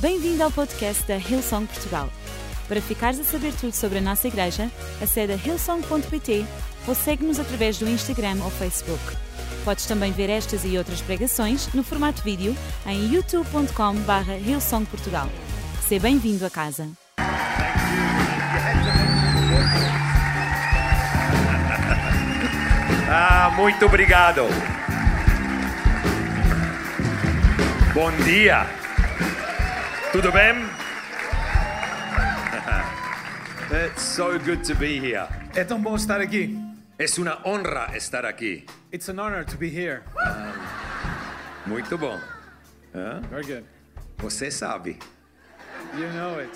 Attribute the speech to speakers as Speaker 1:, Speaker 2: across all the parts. Speaker 1: Bem-vindo ao podcast da Hillsong Portugal. Para ficares a saber tudo sobre a nossa igreja, acede a hillsong.pt ou segue-nos através do Instagram ou Facebook. Podes também ver estas e outras pregações no formato vídeo em youtube.com/barra hillsongportugal. Seja bem-vindo a casa.
Speaker 2: Ah, muito obrigado. Bom dia. Tudo bem? It's so good to be here.
Speaker 3: É tão bom estar aqui.
Speaker 2: Es una honra estar aqui.
Speaker 3: It's an honor to be here.
Speaker 2: Muito bom.
Speaker 3: Very good.
Speaker 2: Você sabe.
Speaker 3: You know it.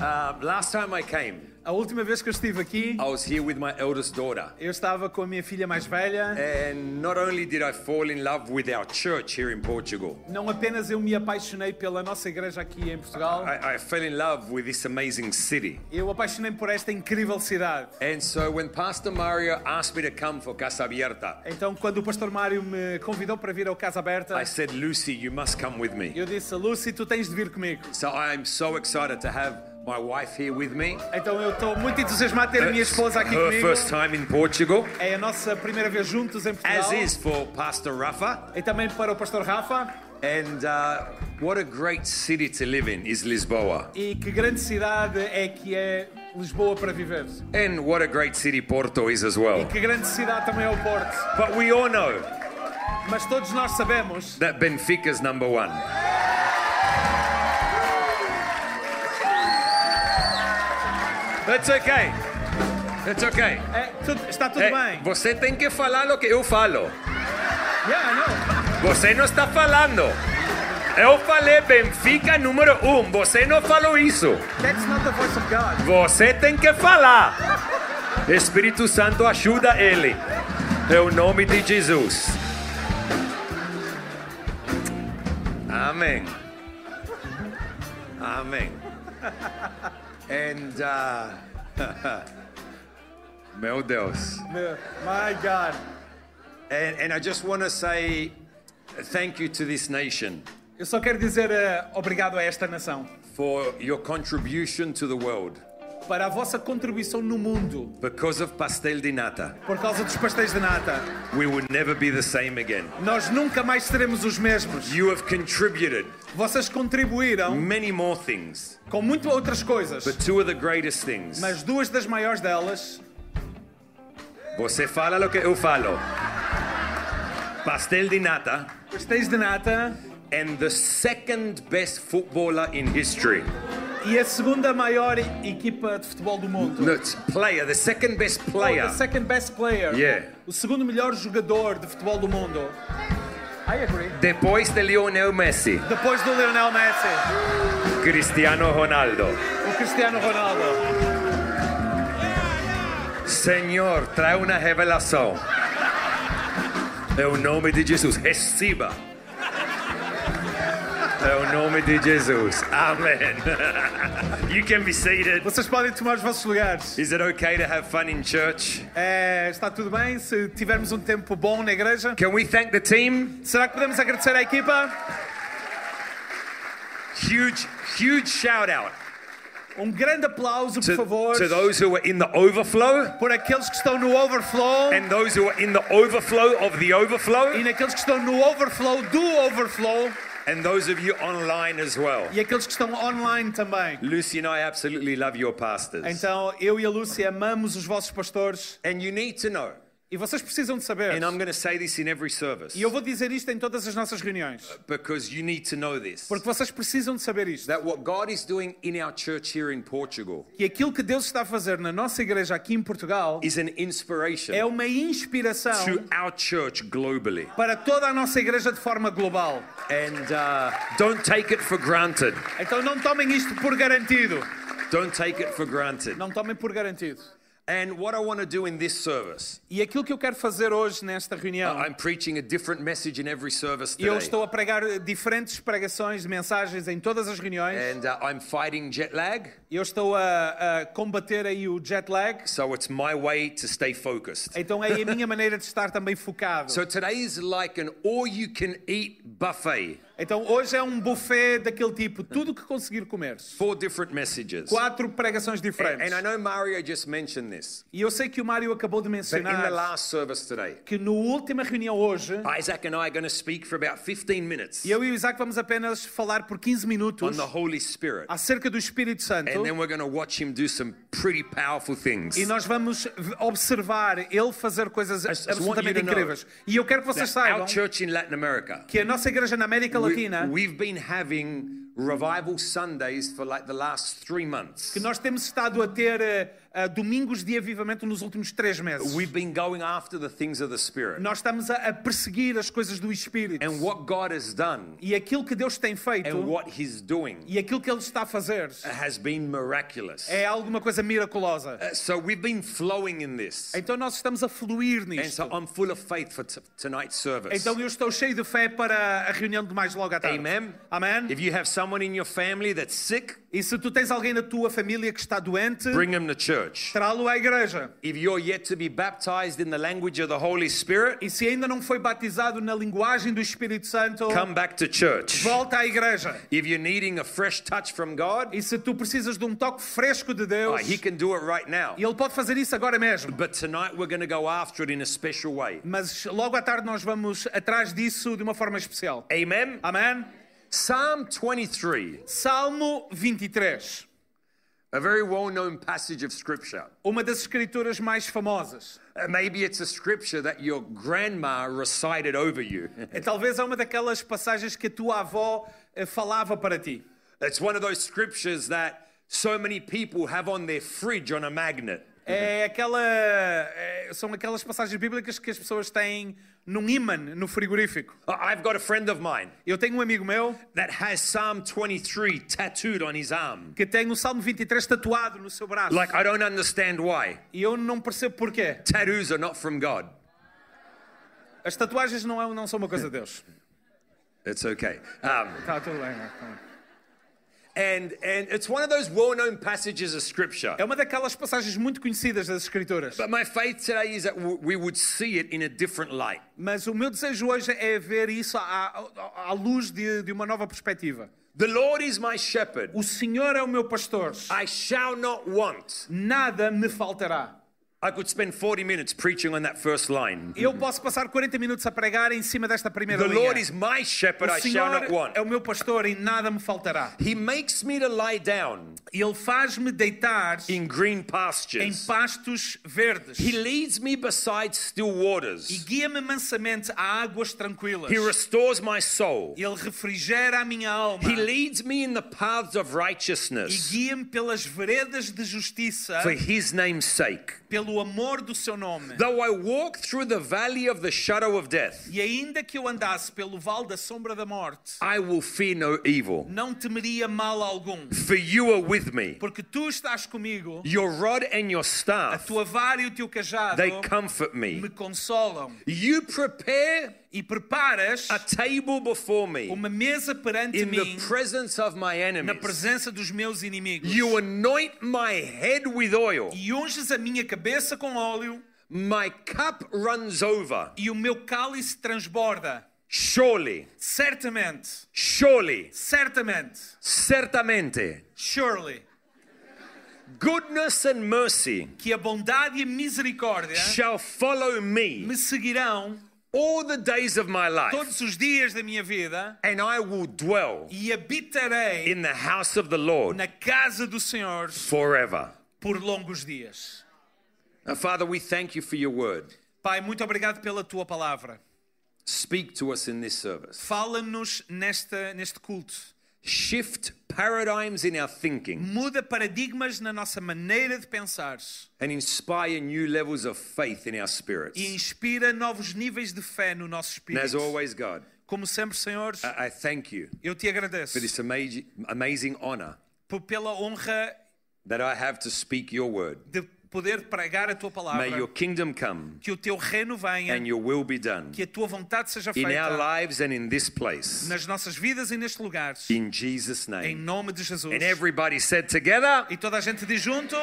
Speaker 2: Ah, last time I came,
Speaker 3: A última vez que eu estive aqui,
Speaker 2: I was here with my eldest daughter.
Speaker 3: eu estava com a minha filha mais velha.
Speaker 2: And not only did I fall in love with our church here in Portugal,
Speaker 3: Não apenas eu me apaixonei pela nossa igreja aqui em Portugal,
Speaker 2: I, I fell in love with this amazing city.
Speaker 3: eu apaixonei por esta incrível cidade.
Speaker 2: And so when Pastor Mario asked me to come for Casa Abierta,
Speaker 3: Então, quando o pastor Mário me convidou para vir ao Casa Aberta,
Speaker 2: I said, Lucy, you must come with me.
Speaker 3: eu disse, Lucy, tu tens de vir comigo.
Speaker 2: So I am so excited to have my wife here with me.
Speaker 3: Então, eu estou muito entusiasmado de ter a minha
Speaker 2: It's
Speaker 3: esposa aqui
Speaker 2: her
Speaker 3: comigo.
Speaker 2: Uh, first time in Portugal,
Speaker 3: É a nossa primeira vez juntos em Portugal.
Speaker 2: as is for Pastor Rafa.
Speaker 3: E também para o pastor Rafa.
Speaker 2: And uh, what a great city to live in is Lisboa.
Speaker 3: E que grande cidade é que é Lisboa para viver?
Speaker 2: And what a great city Porto is as
Speaker 3: E
Speaker 2: well.
Speaker 3: que grande cidade também é o Porto.
Speaker 2: But we all know
Speaker 3: Mas todos nós sabemos
Speaker 2: that Benfica's number one. That's okay. That's okay.
Speaker 3: é, tudo- está tudo
Speaker 2: É,
Speaker 3: bem.
Speaker 2: você tem que falar o que eu falo.
Speaker 3: Yeah, I know.
Speaker 2: Você não está falando. Eu falei Benfica número um. Você não falou isso.
Speaker 3: That's not the voice of God.
Speaker 2: Você tem que falar. Espírito Santo ajuda ele. É o nome de Jesus. Amém. Amém. And, uh, meu Deus.
Speaker 3: My God.
Speaker 2: And, and I just want to say thank you to this nation
Speaker 3: Eu só quero dizer eh, obrigado a esta nação
Speaker 2: for your contribution to the world.
Speaker 3: para a vossa contribuição no mundo.
Speaker 2: Because of pastel de nata,
Speaker 3: Por causa dos pastéis de nata,
Speaker 2: we will never be the same again.
Speaker 3: nós nunca mais seremos os mesmos.
Speaker 2: You have contributed
Speaker 3: Vocês contribuíram
Speaker 2: many more things,
Speaker 3: com muito outras coisas,
Speaker 2: but two of the greatest things.
Speaker 3: mas duas das maiores delas.
Speaker 2: Você fala lo que eu falo. Pastel de nata
Speaker 3: Pastéis de nata
Speaker 2: and the second best footballer in history.
Speaker 3: e a segunda maior equipa de futebol do mundo.
Speaker 2: No, it's player, the second best
Speaker 3: Oh,
Speaker 2: player.
Speaker 3: the second best player.
Speaker 2: Yeah.
Speaker 3: O segundo melhor jogador de futebol do mundo. I agree.
Speaker 2: Depois de Lionel Messi,
Speaker 3: Depois do Lionel Messi,
Speaker 2: Cristiano Ronaldo.
Speaker 3: o Cristiano Ronaldo.
Speaker 2: Senhor, traga uma revelação. É o nome de Jesus. Receba. É o nome de Jesus. Amen. You can be seated.
Speaker 3: Vocês podem tomar os vossos lugares.
Speaker 2: Is it okay to have fun in church?
Speaker 3: É, está tudo bem? Se tivermos um tempo bom na igreja,
Speaker 2: Can we thank the team?
Speaker 3: será que podemos agradecer à equipa?
Speaker 2: Huge, huge shout out
Speaker 3: Um grande aplauso, por
Speaker 2: to,
Speaker 3: favor,
Speaker 2: to those who were in the overflow
Speaker 3: por aqueles que estão no overflow
Speaker 2: and those who were in the overflow of the
Speaker 3: e
Speaker 2: overflow
Speaker 3: naqueles que estão no overflow do overflow
Speaker 2: and those of you online as well.
Speaker 3: e aqueles que estão online também.
Speaker 2: Lucy and I absolutely love your pastors.
Speaker 3: Então, eu e a Lúcia amamos os vossos pastores
Speaker 2: And you need to know
Speaker 3: e vocês precisam de saber.
Speaker 2: And I'm going to say this in every service
Speaker 3: E eu vou dizer isto em todas as nossas reuniões,
Speaker 2: because you need to know this.
Speaker 3: porque vocês precisam de saber isto. né?
Speaker 2: That what God is doing in our church here in Portugal
Speaker 3: que aquilo que Deus está a fazer na nossa igreja aqui em Portugal
Speaker 2: is an
Speaker 3: é
Speaker 2: inspiration
Speaker 3: uma inspiração
Speaker 2: to our church globally.
Speaker 3: para toda a nossa igreja de forma global.
Speaker 2: And uh, don't take it for granted.
Speaker 3: Então não tomem isto por garantido.
Speaker 2: Don't take it for granted.
Speaker 3: Não tomem por garantido.
Speaker 2: And what I want to do in this service,
Speaker 3: E aquilo que eu quero fazer hoje nesta reunião,
Speaker 2: Ah, I'm preaching a different message in every service
Speaker 3: eu
Speaker 2: today.
Speaker 3: estou a pregar diferentes pregações, mensagens em todas as reuniões.
Speaker 2: And uh, I'm fighting jet lag,
Speaker 3: Eu estou a, a combater aí o jet lag.
Speaker 2: so it's my way to stay focused.
Speaker 3: Então é a minha maneira de estar também focado.
Speaker 2: So today's like an all you can eat buffet.
Speaker 3: Então hoje é um buffet daquele tipo, tudo que conseguir comer.
Speaker 2: Four different messages.
Speaker 3: Quatro pregações
Speaker 2: And,
Speaker 3: diferentes.
Speaker 2: and I know Mario just mentioned this,
Speaker 3: E eu sei que o Mário acabou de
Speaker 2: but in the
Speaker 3: mencionar
Speaker 2: last service today,
Speaker 3: que na última reunião hoje,
Speaker 2: Isaac and I are going to speak for about 15 minutes
Speaker 3: eu e o Isaac vamos apenas falar por 15
Speaker 2: on
Speaker 3: minutos
Speaker 2: the Holy Spirit.
Speaker 3: acerca do Espírito Santo.
Speaker 2: And then we're going to watch him do some pretty powerful things.
Speaker 3: E nós vamos v- observar ele fazer coisas
Speaker 2: just want
Speaker 3: absolutamente
Speaker 2: you to know
Speaker 3: incríveis. E eu quero que vocês
Speaker 2: That
Speaker 3: saibam
Speaker 2: Our church in Latin America,
Speaker 3: que a nossa igreja na América
Speaker 2: we,
Speaker 3: Latina, eh?
Speaker 2: we've been having revival Sundays for like the last three months.
Speaker 3: que nós temos estado a ter eh, eh, domingos de avivamento nos últimos três meses.
Speaker 2: We've been going after the things of the Spirit
Speaker 3: Nós estamos a, a perseguir as coisas do Espírito.
Speaker 2: and what God has done
Speaker 3: E aquilo que Deus tem feito
Speaker 2: and what He's doing
Speaker 3: e aquilo que Ele está a fazer
Speaker 2: has been miraculous.
Speaker 3: é alguma coisa miraculosa.
Speaker 2: Uh, So we've been flowing in this.
Speaker 3: Então nós estamos a fluir
Speaker 2: And
Speaker 3: nisto.
Speaker 2: so I'm full of faith for t- tonight's service.
Speaker 3: Então eu estou cheio de fé para a reunião de mais logo à tarde.
Speaker 2: Amen.
Speaker 3: Amém.
Speaker 2: If you have someone in your family that's sick,
Speaker 3: E se tu tens alguém na tua família que está doente,
Speaker 2: bring them to church.
Speaker 3: trá-lo à igreja.
Speaker 2: If you're yet to be baptized in the language of the Holy Spirit,
Speaker 3: E se ainda não foi batizado na linguagem do Espírito Santo,
Speaker 2: come back to church.
Speaker 3: volta à igreja.
Speaker 2: If you're needing a fresh touch from God,
Speaker 3: E se tu precisas de um toque fresco de Deus,
Speaker 2: uh, He can do it right now.
Speaker 3: ele pode fazer isso agora mesmo.
Speaker 2: But tonight we're going to go after it in a special way.
Speaker 3: Mas logo à tarde nós vamos atrás disso de uma forma especial.
Speaker 2: Amen.
Speaker 3: Amém?
Speaker 2: Psalm 23,
Speaker 3: Salmo 23,
Speaker 2: a very well known passage of Scripture.
Speaker 3: uma das escrituras mais famosas.
Speaker 2: Uh, Maybe it's a scripture that your grandma recited over you.
Speaker 3: É, Talvez é uma daquelas passagens que a tua avó eh, falava para ti.
Speaker 2: It's one of those scriptures that so many people have on their fridge on a magnet.
Speaker 3: É aquela, é, são aquelas passagens bíblicas que as pessoas têm num ímã no frigorífico.
Speaker 2: I- I've got a friend of mine
Speaker 3: Eu tenho um amigo meu
Speaker 2: that has Psalm 23 tattooed on his arm.
Speaker 3: que tem o Salmo 23 tatuado no seu braço.
Speaker 2: Like, I don't understand why.
Speaker 3: E eu não percebo porquê.
Speaker 2: Tattoos are not from God.
Speaker 3: As tatuagens não, é, não são uma coisa de Deus.
Speaker 2: It's okay. Um,
Speaker 3: Tá tudo bem. né? Tá bem.
Speaker 2: and, and it's one of those well known passages of scripture.
Speaker 3: É uma daquelas passagens muito conhecidas das Escrituras.
Speaker 2: But my faith today is that w- we would see it in a different light.
Speaker 3: Mas o meu desejo hoje é ver isso à, à- à luz de, de uma nova perspectiva.
Speaker 2: The Lord is my shepherd.
Speaker 3: O Senhor é o meu pastor.
Speaker 2: I shall not want.
Speaker 3: Nada me faltará.
Speaker 2: I could spend 40 minutes preaching on that first line.
Speaker 3: Eu posso passar 40 minutos a pregar em cima desta primeira
Speaker 2: The Lord
Speaker 3: linha.
Speaker 2: is my shepherd, I
Speaker 3: O
Speaker 2: shall
Speaker 3: Senhor
Speaker 2: not want.
Speaker 3: é o meu pastor e nada me faltará.
Speaker 2: He makes me to lie down
Speaker 3: Ele faz-me deitar
Speaker 2: in green
Speaker 3: em
Speaker 2: pastures.
Speaker 3: pastos verdes.
Speaker 2: He leads me beside still
Speaker 3: E
Speaker 2: waters.
Speaker 3: guia-me mansamente a águas tranquilas.
Speaker 2: He restores my soul.
Speaker 3: Ele refrigera a minha alma.
Speaker 2: He leads me in the paths of
Speaker 3: E
Speaker 2: righteousness
Speaker 3: guia-me pelas veredas de justiça,
Speaker 2: for his name's sake.
Speaker 3: pelo amor do seu nome.
Speaker 2: Though I walk through the valley of the shadow of death,
Speaker 3: E ainda que eu andasse pelo vale da sombra da morte,
Speaker 2: I will fear no evil.
Speaker 3: não temeria mal algum,
Speaker 2: For you are with me.
Speaker 3: porque tu estás comigo,
Speaker 2: Your rod and your
Speaker 3: a
Speaker 2: staff,
Speaker 3: tua vara e o teu cajado
Speaker 2: they comfort me.
Speaker 3: me consolam.
Speaker 2: You prepare
Speaker 3: E preparas
Speaker 2: a table before me
Speaker 3: uma mesa perante
Speaker 2: in
Speaker 3: mim
Speaker 2: the presence of my
Speaker 3: na
Speaker 2: enemies.
Speaker 3: presença dos meus inimigos.
Speaker 2: You anoint my head with oil.
Speaker 3: E unges a minha cabeça com óleo,
Speaker 2: My cup runs over.
Speaker 3: e o meu cálice transborda.
Speaker 2: Surely,
Speaker 3: Certamente,
Speaker 2: surely,
Speaker 3: certamente,
Speaker 2: certamente,
Speaker 3: surely,
Speaker 2: goodness and mercy
Speaker 3: que a bondade e a misericórdia
Speaker 2: shall follow me
Speaker 3: me seguirão
Speaker 2: all the days of my life,
Speaker 3: todos os dias da minha vida
Speaker 2: and I will dwell
Speaker 3: e habitarei
Speaker 2: in the house of the Lord
Speaker 3: na casa do Senhor
Speaker 2: forever.
Speaker 3: por longos dias.
Speaker 2: Now, Father, we thank you for your word.
Speaker 3: Pai, muito obrigado pela tua palavra.
Speaker 2: Speak to us in this service.
Speaker 3: Fala-nos nesta- neste culto.
Speaker 2: Shift paradigms in our thinking
Speaker 3: Muda paradigmas na nossa maneira de pensar
Speaker 2: and inspire new levels of faith in our
Speaker 3: e
Speaker 2: spirits.
Speaker 3: inspira novos níveis de fé no nosso
Speaker 2: And as
Speaker 3: espírito.
Speaker 2: always, Ah. God,
Speaker 3: Como sempre, Senhor,
Speaker 2: I I thank you
Speaker 3: eu te agradeço
Speaker 2: for this amazing, amazing honor
Speaker 3: por- pela honra
Speaker 2: that I have to speak your word.
Speaker 3: de poder pregar a tua palavra.
Speaker 2: May your kingdom come
Speaker 3: Que o teu reino venha,
Speaker 2: and your will be done
Speaker 3: que a tua vontade seja
Speaker 2: in our
Speaker 3: feita
Speaker 2: lives and in this place.
Speaker 3: nas nossas vidas e neste lugar.
Speaker 2: In Jesus'
Speaker 3: Em
Speaker 2: name.
Speaker 3: nome de Jesus.
Speaker 2: And everybody said together,
Speaker 3: E toda a gente diz junto: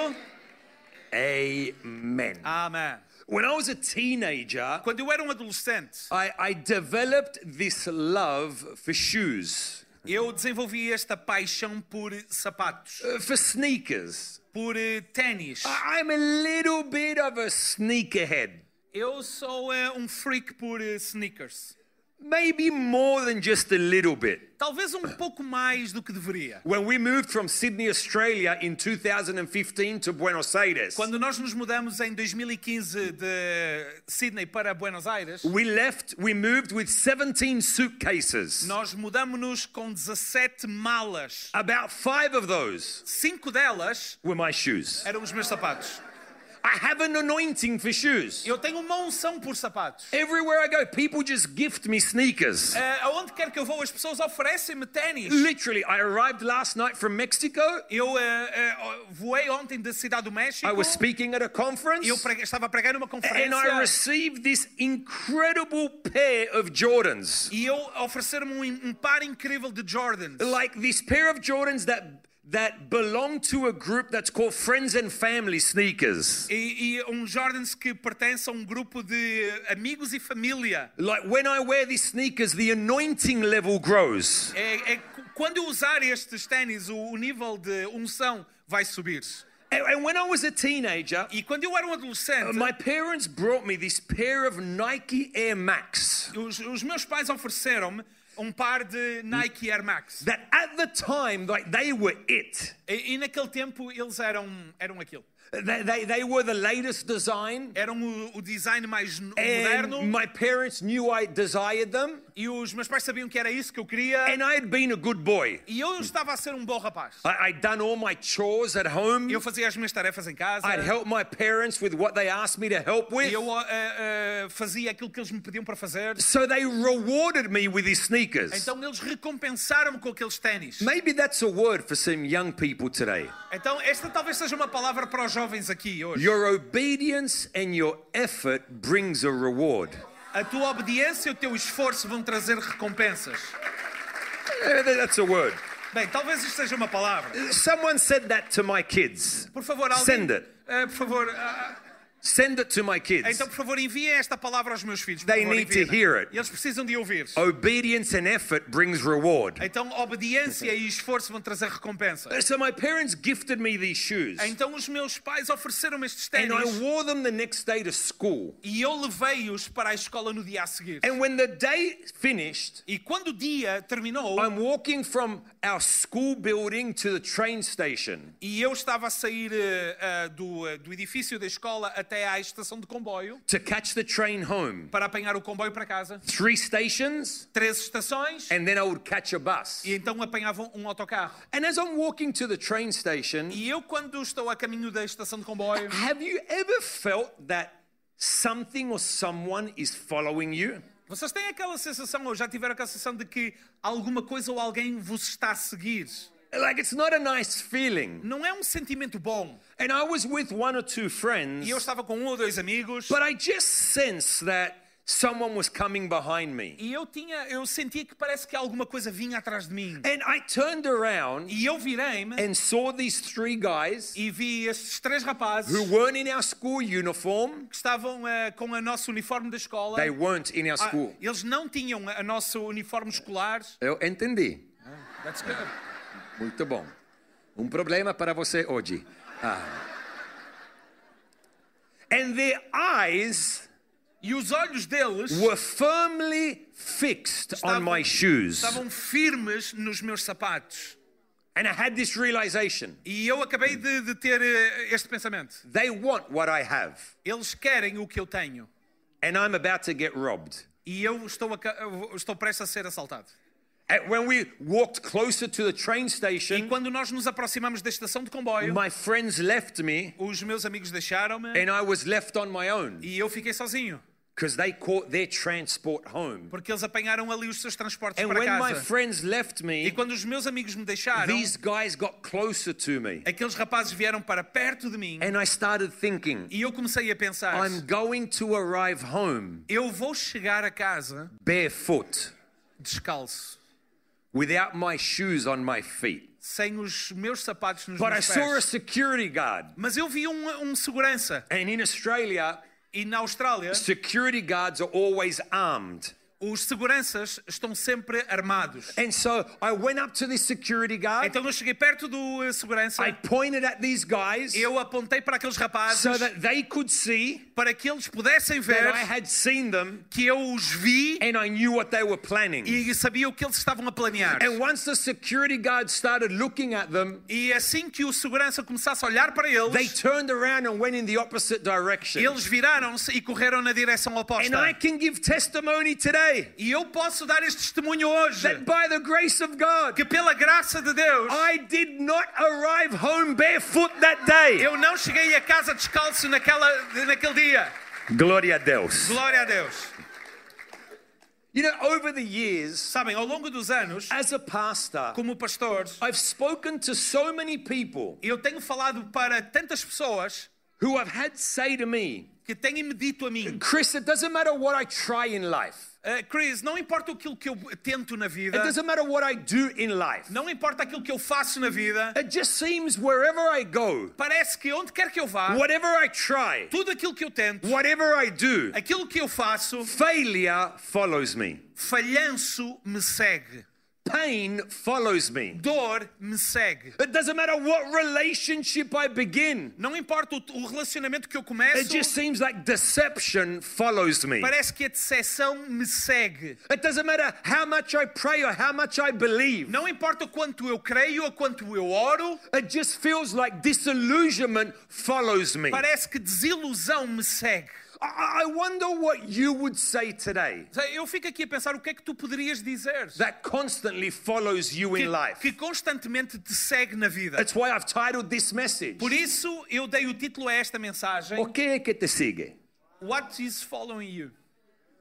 Speaker 2: Amen.
Speaker 3: Amém.
Speaker 2: When I was a teenager,
Speaker 3: Quando eu era um adolescente,
Speaker 2: I, I developed this love for shoes,
Speaker 3: eu desenvolvi esta paixão por sapatos,
Speaker 2: uh, for sneakers.
Speaker 3: por eh, ténis.
Speaker 2: I- I'm a little bit of a sneakerhead.
Speaker 3: Eu sou eh, um freak por eh, sneakers.
Speaker 2: Maybe more than just a little bit.
Speaker 3: Talvez um pouco mais do que deveria.
Speaker 2: When we moved from Sydney, Australia in 2015 to Buenos Aires,
Speaker 3: Quando nós nos mudamos em 2015 de Sydney para Buenos Aires,
Speaker 2: we left, we moved with 17 suitcases.
Speaker 3: nós mudamos-nos com 17 malas.
Speaker 2: About five of those
Speaker 3: Cinco delas
Speaker 2: were my shoes.
Speaker 3: eram os meus sapatos.
Speaker 2: I have an anointing for shoes.
Speaker 3: Eu tenho uma unção por sapatos.
Speaker 2: Everywhere I go, people just gift me sneakers.
Speaker 3: Ah, aonde quer que eu vou, as pessoas oferecem-me ténis.
Speaker 2: Literally, I arrived last night from Mexico.
Speaker 3: Eu ah, ah, voei ontem da cidade do México.
Speaker 2: I was speaking at a conference.
Speaker 3: Eu prega- estava a pregar numa
Speaker 2: And I
Speaker 3: conferência
Speaker 2: received this incredible pair of Jordans.
Speaker 3: e eu ofereceram-me um, um par incrível de Jordans.
Speaker 2: Like this pair of Jordans that that belong to a group that's called Friends and Family Sneakers.
Speaker 3: E, e um Jordans que pertence a um grupo de amigos e família.
Speaker 2: Like when I wear these sneakers, the anointing level grows.
Speaker 3: É, é cu- quando eu usar estes ténis, o, o nível de unção vai subir.
Speaker 2: And, and when I was a teenager,
Speaker 3: E quando eu era um adolescente,
Speaker 2: my parents brought me this pair of Nike Air Max
Speaker 3: os, os meus pais ofereceram-me um par de Nike Air Max.
Speaker 2: that at the time, like they were it.
Speaker 3: E, e naquele tempo eles eram, eram aquilo.
Speaker 2: They, they, they were the latest design.
Speaker 3: Eram o, o design mais n-
Speaker 2: É
Speaker 3: moderno
Speaker 2: And my parents knew I desired them.
Speaker 3: e os meus pais sabiam que era isso que eu queria.
Speaker 2: And I had been a good boy.
Speaker 3: E eu estava a ser um bom rapaz.
Speaker 2: I, I'd done all my chores at home.
Speaker 3: Eu fazia as minhas tarefas em casa.
Speaker 2: I'd help my parents with what they asked me to help with.
Speaker 3: E eu ah, ah, ah, fazia aquilo que eles me pediam para fazer.
Speaker 2: So they rewarded me with these sneakers.
Speaker 3: Então eles recompensaram-me com aqueles ténis.
Speaker 2: Maybe that's a word for some young people today.
Speaker 3: Então esta talvez seja uma palavra para os jovens aqui hoje.
Speaker 2: Your obedience and your effort brings a reward.
Speaker 3: A tua obediência e o teu esforço vão trazer recompensas.
Speaker 2: Eh, th- That's a word.
Speaker 3: Bem, talvez isto seja uma palavra.
Speaker 2: Someone said that to my kids.
Speaker 3: Por favor, alguém...
Speaker 2: Send it.
Speaker 3: Ah, por favor, ah, ah,
Speaker 2: Send it to my kids.
Speaker 3: então por favor enviem esta palavra aos meus filhos. por
Speaker 2: They
Speaker 3: favor,
Speaker 2: need to
Speaker 3: enviem.
Speaker 2: hear it. Oh.
Speaker 3: Eles precisam de ouvir.
Speaker 2: Obedience and effort brings reward.
Speaker 3: Então obediência e esforço vão trazer recompensa.
Speaker 2: So my parents gifted me these shoes.
Speaker 3: Então os meus pais ofereceram-me estes
Speaker 2: And I
Speaker 3: ténis
Speaker 2: wore them the next day to school.
Speaker 3: e eu levei-os para a escola no dia a seguir.
Speaker 2: And when the day finished,
Speaker 3: E quando o dia terminou
Speaker 2: I'm walking from our school building to the train station.
Speaker 3: e eu estava a sair eh, ah, do, eh, do edifício da escola até à estação de comboio
Speaker 2: To catch the train home,
Speaker 3: para apanhar o comboio para casa,
Speaker 2: three stations,
Speaker 3: três estações
Speaker 2: and then I would catch a bus.
Speaker 3: e então apanhavam um autocarro.
Speaker 2: And as I'm walking to the train station,
Speaker 3: E eu quando estou a caminho da estação de comboio,
Speaker 2: have you ever felt that something or someone is following you?
Speaker 3: vocês têm aquela sensação ou já tiveram aquela sensação de que alguma coisa ou alguém vos está a seguir?
Speaker 2: Like it's not a nice feeling.
Speaker 3: Não é um sentimento bom.
Speaker 2: And I was with one or two
Speaker 3: E eu
Speaker 2: friends,
Speaker 3: estava com um ou dois amigos
Speaker 2: but I just sensed that someone was coming behind me.
Speaker 3: E eu tinha, eu sentia que parece que alguma coisa vinha atrás de mim.
Speaker 2: And I turned around
Speaker 3: E eu virei-me
Speaker 2: and saw these three guys
Speaker 3: e vi estes três rapazes
Speaker 2: who weren't in our school uniform.
Speaker 3: que estavam eh, com o nosso uniforme da escola.
Speaker 2: They weren't in our
Speaker 3: Ah,
Speaker 2: school.
Speaker 3: eles não tinham o nosso uniforme escolar.
Speaker 2: Eu entendi.
Speaker 3: Ah, That's good.
Speaker 2: Muito bom. Um problema para você hoje. Ah. And their eyes
Speaker 3: E os olhos deles
Speaker 2: were firmly fixed on
Speaker 3: Estavam-
Speaker 2: my shoes.
Speaker 3: estavam firmes nos meus sapatos.
Speaker 2: And I had this realization.
Speaker 3: E eu acabei de, de ter eh, este pensamento.
Speaker 2: They want what I have.
Speaker 3: Eles querem o que eu tenho.
Speaker 2: And I'm about to get robbed.
Speaker 3: E eu estou, a ca- eu estou prestes a ser assaltado.
Speaker 2: And when we walked closer to the train
Speaker 3: E
Speaker 2: station,
Speaker 3: quando nós nos aproximamos da estação de comboio,
Speaker 2: my friends left me
Speaker 3: os meus amigos deixaram-me.
Speaker 2: and I was left on my own
Speaker 3: E eu fiquei sozinho,
Speaker 2: because they caught their transport home.
Speaker 3: porque eles apanharam ali os seus transportes
Speaker 2: And
Speaker 3: para
Speaker 2: when my
Speaker 3: casa.
Speaker 2: friends left
Speaker 3: E
Speaker 2: me,
Speaker 3: quando os meus amigos me deixaram,
Speaker 2: these guys got closer to me.
Speaker 3: aqueles rapazes vieram para perto de mim
Speaker 2: And I started thinking,
Speaker 3: e eu comecei a pensar:
Speaker 2: I'm going to arrive home
Speaker 3: eu vou chegar a casa
Speaker 2: barefoot
Speaker 3: descalço,
Speaker 2: without my shoes on my feet.
Speaker 3: sem os meus sapatos nos
Speaker 2: But I
Speaker 3: meus
Speaker 2: saw a
Speaker 3: pés.
Speaker 2: security guard.
Speaker 3: Mas eu vi um, um segurança.
Speaker 2: And in Australia,
Speaker 3: E na Austrália,
Speaker 2: security guards are always armed.
Speaker 3: os seguranças estão sempre armados.
Speaker 2: And so I went up to this security guard.
Speaker 3: Então eu cheguei perto do eh, segurança,
Speaker 2: I pointed at these guys
Speaker 3: eu apontei para aqueles rapazes
Speaker 2: so that they could see
Speaker 3: para que eles pudessem
Speaker 2: that
Speaker 3: ver
Speaker 2: I had seen them
Speaker 3: que eu os vi
Speaker 2: and I knew what they were planning.
Speaker 3: e sabia o que eles estavam a planear.
Speaker 2: And once the security guard started looking at them,
Speaker 3: E assim que o segurança começasse a olhar para
Speaker 2: they
Speaker 3: eles,
Speaker 2: turned around and went in the opposite direction.
Speaker 3: eles viraram-se e correram na direção
Speaker 2: And I
Speaker 3: oposta.
Speaker 2: can give testimony today
Speaker 3: E eu posso dar este testemunho hoje
Speaker 2: that by the grace of God,
Speaker 3: que pela graça de Deus
Speaker 2: I did not arrive home barefoot that day.
Speaker 3: eu não cheguei a casa descalço naquela, naquele dia.
Speaker 2: Gloria a Deus.
Speaker 3: Glória a Deus.
Speaker 2: You know, over the years,
Speaker 3: Sabem, ao longo dos anos,
Speaker 2: as a pastor,
Speaker 3: como pastor,
Speaker 2: I've spoken to so many people
Speaker 3: eu tenho falado para tantas pessoas
Speaker 2: who have had say to me,
Speaker 3: que têm me dito a mim,
Speaker 2: Chris, it doesn't matter what I try in life.
Speaker 3: "Ah, Chris, não importa aquilo que eu tento na
Speaker 2: It
Speaker 3: vida,
Speaker 2: doesn't matter what I do in life.
Speaker 3: não importa aquilo que eu faço na vida,
Speaker 2: It just seems wherever I go,
Speaker 3: parece que onde quer que eu vá,
Speaker 2: whatever I try,
Speaker 3: tudo aquilo que eu tento,
Speaker 2: whatever I do,
Speaker 3: aquilo que eu faço,
Speaker 2: failure follows me.
Speaker 3: falhanço me segue,
Speaker 2: Pain follows me.
Speaker 3: dor me segue.
Speaker 2: It doesn't matter what relationship I begin.
Speaker 3: Não importa o, o relacionamento que eu
Speaker 2: It
Speaker 3: começo,
Speaker 2: just seems like deception follows me.
Speaker 3: parece que a decepção me segue.
Speaker 2: It doesn't matter how much I pray or how much I believe.
Speaker 3: Não importa quanto eu creio ou quanto eu oro,
Speaker 2: It just feels like disillusionment follows me. I,
Speaker 3: parece que desilusão me segue.
Speaker 2: I wonder what you would say today
Speaker 3: Sei, Eu fico aqui a pensar o que é que tu poderias dizer
Speaker 2: that constantly follows you in life.
Speaker 3: que, que constantemente te segue na vida.
Speaker 2: That's why I've titled this message.
Speaker 3: Por isso eu dei o título a esta mensagem:
Speaker 2: O que é que te sigue?
Speaker 3: What is following you?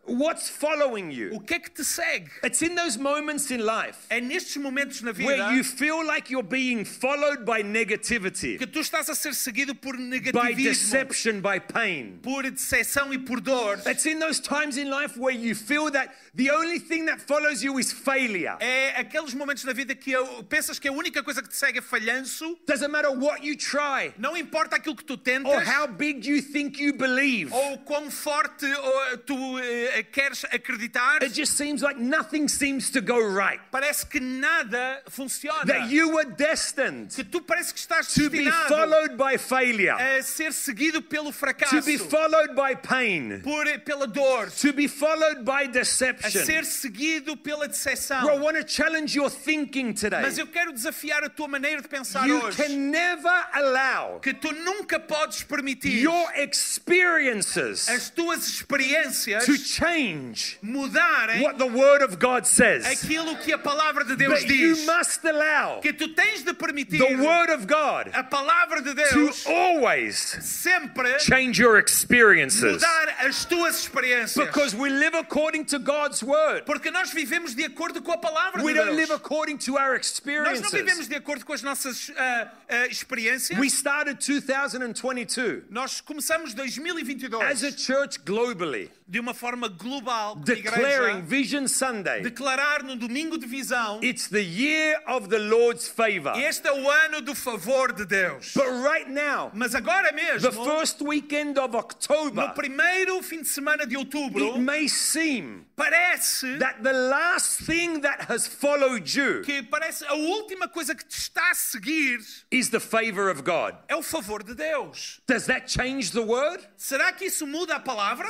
Speaker 2: What's following you?
Speaker 3: O que é que te segue?
Speaker 2: It's in those moments in life
Speaker 3: É nestes momentos na vida
Speaker 2: where you feel like you're being followed by negativity,
Speaker 3: que tu estás a ser seguido por
Speaker 2: by
Speaker 3: negativismo,
Speaker 2: deception, by pain.
Speaker 3: por decepção e por dor.
Speaker 2: It's in those times in life where you feel that the only thing that follows you is failure.
Speaker 3: É aqueles momentos na vida que eu- pensas que a única coisa que te segue é falhanço,
Speaker 2: Doesn't matter what you try
Speaker 3: não importa aquilo que tu tentas
Speaker 2: or how big you think you believe.
Speaker 3: ou quão forte ou, tu eh, queres acreditar,
Speaker 2: It just seems like nothing seems to go right.
Speaker 3: parece que nada funciona.
Speaker 2: That you were destined
Speaker 3: que tu parece que estás
Speaker 2: to be
Speaker 3: destinado
Speaker 2: followed by failure,
Speaker 3: a ser seguido pelo
Speaker 2: to
Speaker 3: fracasso,
Speaker 2: be followed by pain,
Speaker 3: por, eh, pela dor,
Speaker 2: to be followed by
Speaker 3: a ser
Speaker 2: deception.
Speaker 3: seguido pela decepção.
Speaker 2: Bro, I want to challenge your thinking today.
Speaker 3: Mas eu quero desafiar a tua maneira de pensar
Speaker 2: You
Speaker 3: hoje.
Speaker 2: can never allow
Speaker 3: que tu nunca podes permitir
Speaker 2: your experiences
Speaker 3: as tuas experiências
Speaker 2: to change
Speaker 3: mudarem
Speaker 2: what the Word of God says.
Speaker 3: aquilo que a palavra de Deus
Speaker 2: But
Speaker 3: diz.
Speaker 2: you must allow
Speaker 3: Que tu tens de permitir
Speaker 2: the Word of God
Speaker 3: a palavra
Speaker 2: to
Speaker 3: de Deus
Speaker 2: always
Speaker 3: sempre
Speaker 2: change your experiences.
Speaker 3: mudar as tuas experiências.
Speaker 2: Because we live according to God's Word.
Speaker 3: Porque nós vivemos de acordo com a palavra
Speaker 2: We
Speaker 3: de
Speaker 2: don't
Speaker 3: Deus.
Speaker 2: live according to our
Speaker 3: Nós não
Speaker 2: experiences.
Speaker 3: vivemos de acordo com as nossas ah, ah, experiências.
Speaker 2: We started 2022
Speaker 3: Nós começamos 2022
Speaker 2: as a church globally,
Speaker 3: de uma forma global, como
Speaker 2: declaring
Speaker 3: igreja,
Speaker 2: Vision Sunday.
Speaker 3: declarar no domingo de visão
Speaker 2: It's the year of the Lord's favor.
Speaker 3: Este é o ano do favor de Deus.
Speaker 2: But right now,
Speaker 3: Mas agora mesmo,
Speaker 2: the first weekend of
Speaker 3: no
Speaker 2: October,
Speaker 3: primeiro fim de semana de outubro,
Speaker 2: it may seem
Speaker 3: parece
Speaker 2: that the last thing that has followed you
Speaker 3: que parece a última coisa que te está a seguir
Speaker 2: is the favor of God.
Speaker 3: é o favor de Deus.
Speaker 2: Does that change the word?
Speaker 3: Será que isso muda a palavra?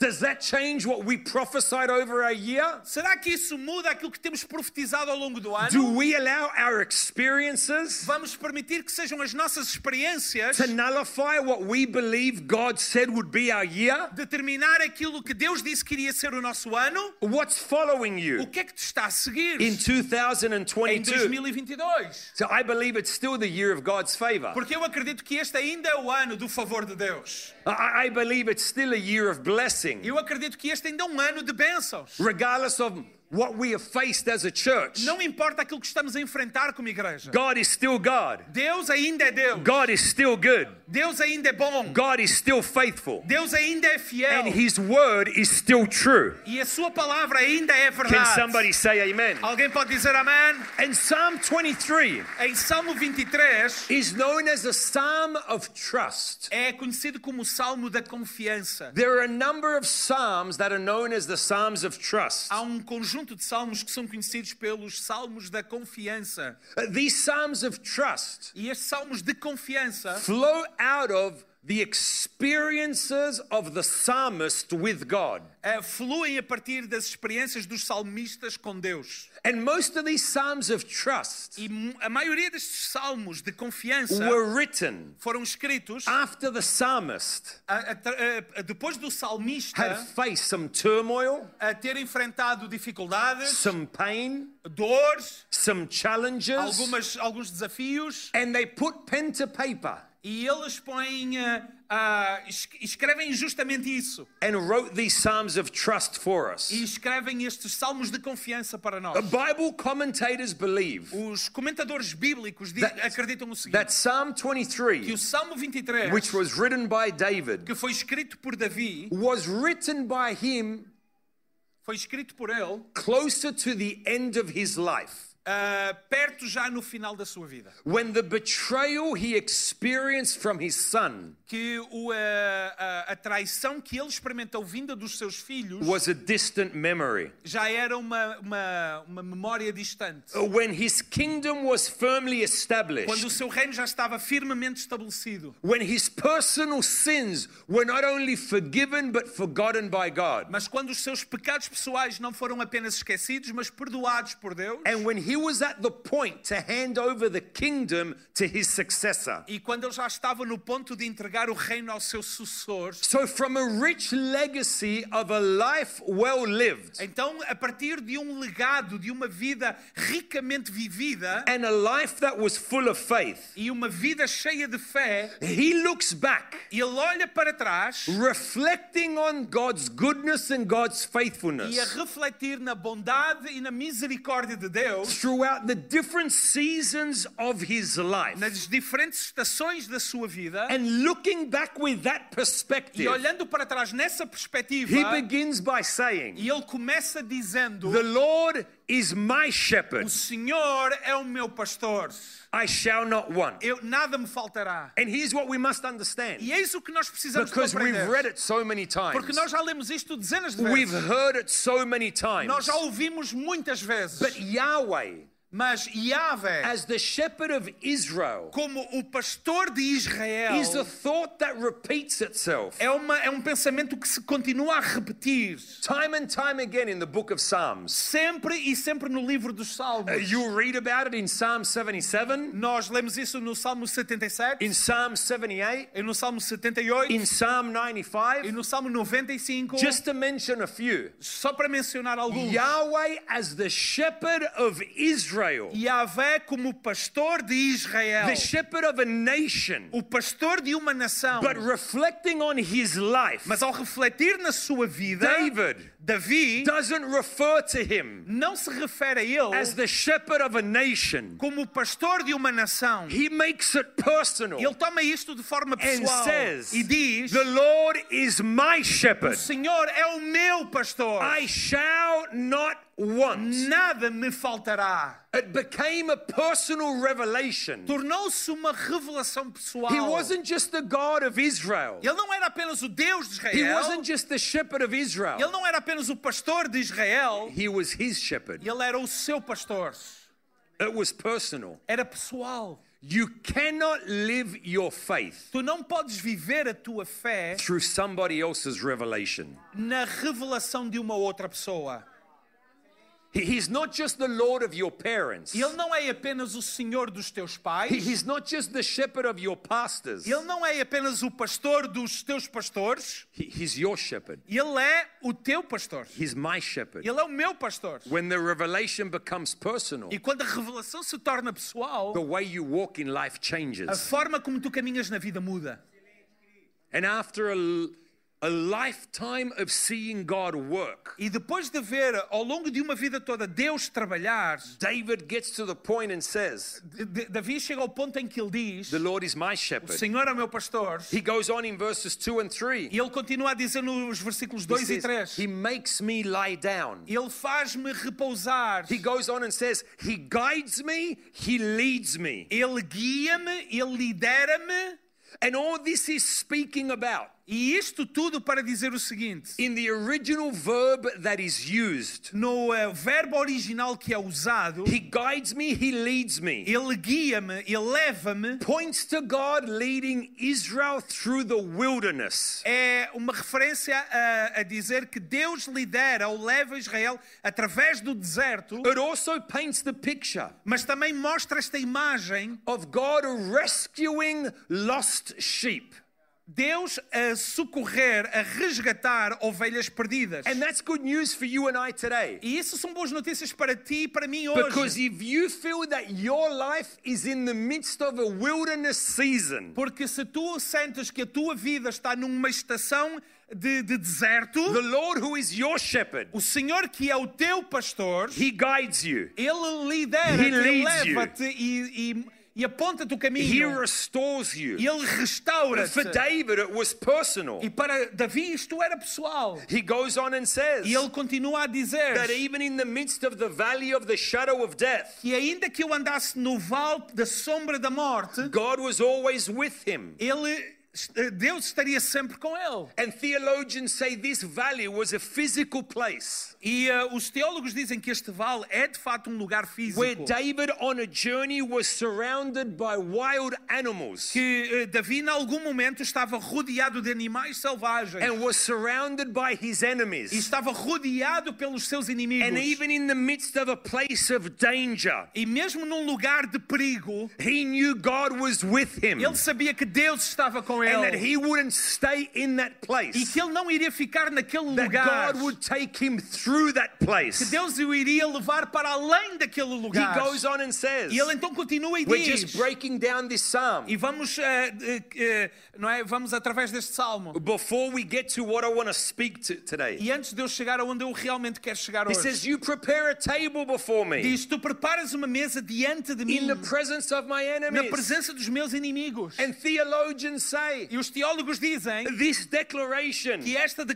Speaker 2: Does that change what we prophesied over our year?
Speaker 3: Será que isso muda aquilo que temos profetizado ao longo do ano?
Speaker 2: Do we allow our experiences
Speaker 3: Vamos permitir que sejam as nossas experiências
Speaker 2: to nullify what we believe God said would be our year?
Speaker 3: determinar aquilo que Deus disse que iria ser o nosso ano?
Speaker 2: What's following
Speaker 3: O
Speaker 2: you
Speaker 3: que é que te está a seguir
Speaker 2: in
Speaker 3: em
Speaker 2: 2022?
Speaker 3: 2022?
Speaker 2: So I believe it's still the year of God's favor.
Speaker 3: Porque eu acredito que este ainda é o ano do favor de Deus.
Speaker 2: I, I believe it's still a year of blessing,
Speaker 3: Eu acredito que este ainda é um ano de bênçãos.
Speaker 2: regardless of what we have faced as a church.
Speaker 3: Não importa aquilo que estamos a enfrentar como igreja.
Speaker 2: God is still God.
Speaker 3: Deus ainda é Deus.
Speaker 2: God is still good.
Speaker 3: Deus ainda é bom.
Speaker 2: God is still faithful.
Speaker 3: Deus ainda é fiel.
Speaker 2: And his word is still true.
Speaker 3: E a sua palavra ainda é
Speaker 2: Can
Speaker 3: verdade.
Speaker 2: somebody say amen?
Speaker 3: Alguém pode dizer amém?
Speaker 2: Uh, And Psalm 23
Speaker 3: Em Salmo 23
Speaker 2: is known as a psalm of trust.
Speaker 3: é conhecido como o Salmo da Confiança.
Speaker 2: There are a number of psalms that are known as the psalms of trust.
Speaker 3: Há um conjunto de salmos que são conhecidos pelos Salmos da Confiança.
Speaker 2: Uh, These psalms of trust
Speaker 3: E estes salmos de confiança
Speaker 2: flow out of the experiences of the psalmist with God.
Speaker 3: eh, fluem a partir das experiências dos salmistas com Deus.
Speaker 2: And most of these psalms of trust
Speaker 3: E mu- a maioria destes salmos de confiança
Speaker 2: were Ah. written
Speaker 3: foram escritos
Speaker 2: after the psalmist
Speaker 3: a- a tra- a- a- depois do
Speaker 2: had
Speaker 3: salmista
Speaker 2: faced some turmoil,
Speaker 3: a ter enfrentado dificuldades,
Speaker 2: some pain,
Speaker 3: dores,
Speaker 2: some challenges,
Speaker 3: algumas, alguns desafios,
Speaker 2: and they put pen to paper
Speaker 3: e eles põem, eh, ah, es- escrevem justamente isso.
Speaker 2: and wrote these psalms of trust for us.
Speaker 3: E escrevem estes salmos de confiança para nós.
Speaker 2: The Bible commentators believe
Speaker 3: Os comentadores bíblicos di-
Speaker 2: That-
Speaker 3: acreditam o seguinte:
Speaker 2: that Psalm
Speaker 3: que
Speaker 2: 23,
Speaker 3: o Salmo 23,
Speaker 2: which was written by David,
Speaker 3: que foi escrito por Davi,
Speaker 2: was written by him
Speaker 3: foi escrito por ele
Speaker 2: closer to the end of his life.
Speaker 3: ah, perto já no final da sua vida.
Speaker 2: When the betrayal he experienced from his son
Speaker 3: Que o, ah, a, a traição que ele experimentou vinda dos seus filhos
Speaker 2: was a distant memory.
Speaker 3: já era uma, uma, uma memória distante.
Speaker 2: Uh, When his kingdom was firmly
Speaker 3: Quando o
Speaker 2: established,
Speaker 3: seu reino já estava firmemente estabelecido.
Speaker 2: when his personal sins were not only forgiven but forgotten by God,
Speaker 3: Mas quando os seus pecados pessoais não foram apenas esquecidos, mas perdoados por Deus.
Speaker 2: and when he was at the point to hand over the kingdom to his successor.
Speaker 3: E quando ele já estava no ponto de entregar o reino ao seu sucessor.
Speaker 2: So, from a rich legacy of a life well lived
Speaker 3: Então, a partir de um legado, de uma vida ricamente vivida
Speaker 2: and a life that was full of faith,
Speaker 3: e uma vida cheia de fé,
Speaker 2: he looks back,
Speaker 3: ele olha para trás
Speaker 2: reflecting on God's goodness and God's
Speaker 3: e a
Speaker 2: faithfulness
Speaker 3: refletir na bondade e na misericórdia de Deus
Speaker 2: throughout the different seasons of his life.
Speaker 3: nas diferentes estações da sua vida.
Speaker 2: And looking back with that
Speaker 3: E
Speaker 2: perspective,
Speaker 3: olhando para trás nessa perspectiva,
Speaker 2: he begins by saying,
Speaker 3: e ele começa dizendo:
Speaker 2: The Lord is my shepherd,
Speaker 3: O Senhor é o meu pastor,
Speaker 2: I shall not want.
Speaker 3: eu, nada me faltará.
Speaker 2: And here's what we must understand
Speaker 3: E eis o que nós precisamos de
Speaker 2: because we've
Speaker 3: compreender.
Speaker 2: read it so many
Speaker 3: Porque
Speaker 2: times.
Speaker 3: nós já lemos isto dezenas de
Speaker 2: We've
Speaker 3: vezes.
Speaker 2: heard it so many
Speaker 3: Nós
Speaker 2: times.
Speaker 3: já ouvimos muitas vezes.
Speaker 2: But Yahweh,
Speaker 3: Mas Yahvé,
Speaker 2: as the shepherd of Israel,
Speaker 3: como o pastor de Israel,
Speaker 2: is a thought that repeats itself
Speaker 3: é, uma, é um pensamento que se continua a repetir.
Speaker 2: time and time again in the book of Psalms.
Speaker 3: Sempre e sempre no livro dos Salmos.
Speaker 2: Uh, You read about it in Psalm 77,
Speaker 3: Nós lemos isso no Salmo 77,
Speaker 2: in Psalm 78,
Speaker 3: e no Salmo 78,
Speaker 2: in Psalm
Speaker 3: e
Speaker 2: 95,
Speaker 3: no Salmo 95.
Speaker 2: just to mention a few.
Speaker 3: Só para mencionar alguns.
Speaker 2: Yahweh, as the shepherd of Israel,
Speaker 3: Yahvé como pastor de Israel.
Speaker 2: the shepherd of a nation,
Speaker 3: O pastor de uma nação.
Speaker 2: but reflecting on his life,
Speaker 3: Mas ao refletir na sua vida,
Speaker 2: David
Speaker 3: Davi
Speaker 2: doesn't refer to him
Speaker 3: não se refere a ele
Speaker 2: as the shepherd of a nation,
Speaker 3: como o pastor de uma nação.
Speaker 2: he makes it personal
Speaker 3: Ele toma isto de forma
Speaker 2: and
Speaker 3: pessoal
Speaker 2: says,
Speaker 3: e diz:
Speaker 2: The Lord is my
Speaker 3: O
Speaker 2: shepherd.
Speaker 3: Senhor é o meu pastor,
Speaker 2: I shall not want.
Speaker 3: nada me faltará.
Speaker 2: It became a personal revelation.
Speaker 3: Tornou-se uma revelação pessoal.
Speaker 2: He wasn't just the God of Israel,
Speaker 3: Ele não era apenas o Deus de
Speaker 2: he
Speaker 3: Israel,
Speaker 2: wasn't just the shepherd of
Speaker 3: ele
Speaker 2: Israel,
Speaker 3: não era apenas o pastor de Israel,
Speaker 2: he was his shepherd.
Speaker 3: ele era o seu pastor.
Speaker 2: It was personal.
Speaker 3: Era pessoal.
Speaker 2: You cannot live your faith
Speaker 3: Tu não podes viver a tua fé
Speaker 2: through somebody else's revelation.
Speaker 3: na revelação de uma outra pessoa.
Speaker 2: He- He's not just the Lord of your parents.
Speaker 3: Ele não é apenas o Senhor dos teus
Speaker 2: He-
Speaker 3: pais.
Speaker 2: He's not just the shepherd of your pastors.
Speaker 3: Ele não é apenas o pastor dos teus pastores.
Speaker 2: He- He's your shepherd.
Speaker 3: Ele é o teu pastor.
Speaker 2: He's my shepherd.
Speaker 3: Ele é o meu pastor.
Speaker 2: When the revelation becomes personal,
Speaker 3: E quando a revelação se torna pessoal,
Speaker 2: the way you walk in life
Speaker 3: a
Speaker 2: changes.
Speaker 3: forma como tu caminhas na vida muda.
Speaker 2: And after a, l- a lifetime of seeing God work,
Speaker 3: E depois de ver ao longo de uma vida toda Deus trabalhar,
Speaker 2: David gets to the point and says,
Speaker 3: D- D- Davi chega ao ponto em que ele diz:
Speaker 2: The Lord is my
Speaker 3: O
Speaker 2: shepherd.
Speaker 3: Senhor é meu pastor.
Speaker 2: He goes on in verses 2 and 3.
Speaker 3: E ele continua a dizer nos versículos
Speaker 2: He
Speaker 3: 2 e
Speaker 2: says,
Speaker 3: 3.
Speaker 2: he makes me lie down.
Speaker 3: Ele faz-me repousar.
Speaker 2: He goes on and says, He guides me, He leads me.
Speaker 3: Ele guia-me, ele lidera-me.
Speaker 2: And all this is speaking about
Speaker 3: E isto tudo para dizer o seguinte:
Speaker 2: in the original verb that is used.
Speaker 3: no eh, verbo original que é usado,
Speaker 2: He guides me, He leads me.
Speaker 3: ele guia-me, ele leva-me,
Speaker 2: Points to God leading Israel through the wilderness.
Speaker 3: é uma referência a, a dizer que Deus lidera ou leva Israel através do deserto,
Speaker 2: It also paints the picture
Speaker 3: mas também mostra esta imagem:
Speaker 2: of God rescuing lost sheep.
Speaker 3: Deus a socorrer, a resgatar ovelhas perdidas.
Speaker 2: And that's good news for you and I today.
Speaker 3: E isso são boas notícias para ti e para mim hoje.
Speaker 2: Because if you feel that your life is in the midst of a wilderness season,
Speaker 3: Porque se tu sentes que a tua vida está numa estação de, de deserto,
Speaker 2: the Lord who is your shepherd,
Speaker 3: o Senhor que é o teu pastor,
Speaker 2: he guides you.
Speaker 3: ele lidera,
Speaker 2: He
Speaker 3: ele
Speaker 2: leads you.
Speaker 3: leva-te e, e- e aponta-te o
Speaker 2: He
Speaker 3: caminho.
Speaker 2: restores
Speaker 3: E
Speaker 2: you.
Speaker 3: ele restaura-te.
Speaker 2: For David, it was personal.
Speaker 3: E para Davi isto era pessoal.
Speaker 2: He goes on and says
Speaker 3: E ele continua a dizer
Speaker 2: that even in the midst of the valley of the shadow of death,
Speaker 3: que ainda que eu andasse no vale da sombra da morte,
Speaker 2: God was always with him.
Speaker 3: ele, eh, Deus estaria sempre com ele.
Speaker 2: And theologians say this valley was a physical place
Speaker 3: E eh, os teólogos dizem que este vale é de facto um lugar físico.
Speaker 2: where David, on a journey, was surrounded by wild animals
Speaker 3: que eh, Davi, em algum momento, estava rodeado de animais selvagens
Speaker 2: and was surrounded by his
Speaker 3: e
Speaker 2: enemies.
Speaker 3: estava rodeado pelos seus inimigos.
Speaker 2: And even in the midst of a place of danger,
Speaker 3: E mesmo num lugar de perigo,
Speaker 2: he knew God was with him.
Speaker 3: ele sabia que Deus estava com
Speaker 2: and that
Speaker 3: ele
Speaker 2: he wouldn't stay in that
Speaker 3: e
Speaker 2: place.
Speaker 3: que ele não iria ficar naquele
Speaker 2: That
Speaker 3: lugar.
Speaker 2: God would take him through that place. He
Speaker 3: Deus o iria levar para além daquele lugar.
Speaker 2: goes on and says,
Speaker 3: E ele então continua e
Speaker 2: We're
Speaker 3: diz.
Speaker 2: just breaking down this psalm
Speaker 3: E vamos, eh, eh, eh, não é? Vamos através deste salmo.
Speaker 2: before we get to what I want to speak to today.
Speaker 3: E antes de eu chegar aonde eu realmente quero chegar
Speaker 2: He
Speaker 3: hoje,
Speaker 2: says, You prepare a table before me
Speaker 3: diz: Tu preparas uma mesa diante de mim,
Speaker 2: in the presence of my
Speaker 3: na
Speaker 2: enemies.
Speaker 3: presença dos meus inimigos.
Speaker 2: And theologians say,
Speaker 3: E os teólogos dizem
Speaker 2: This declaration
Speaker 3: que esta
Speaker 2: is a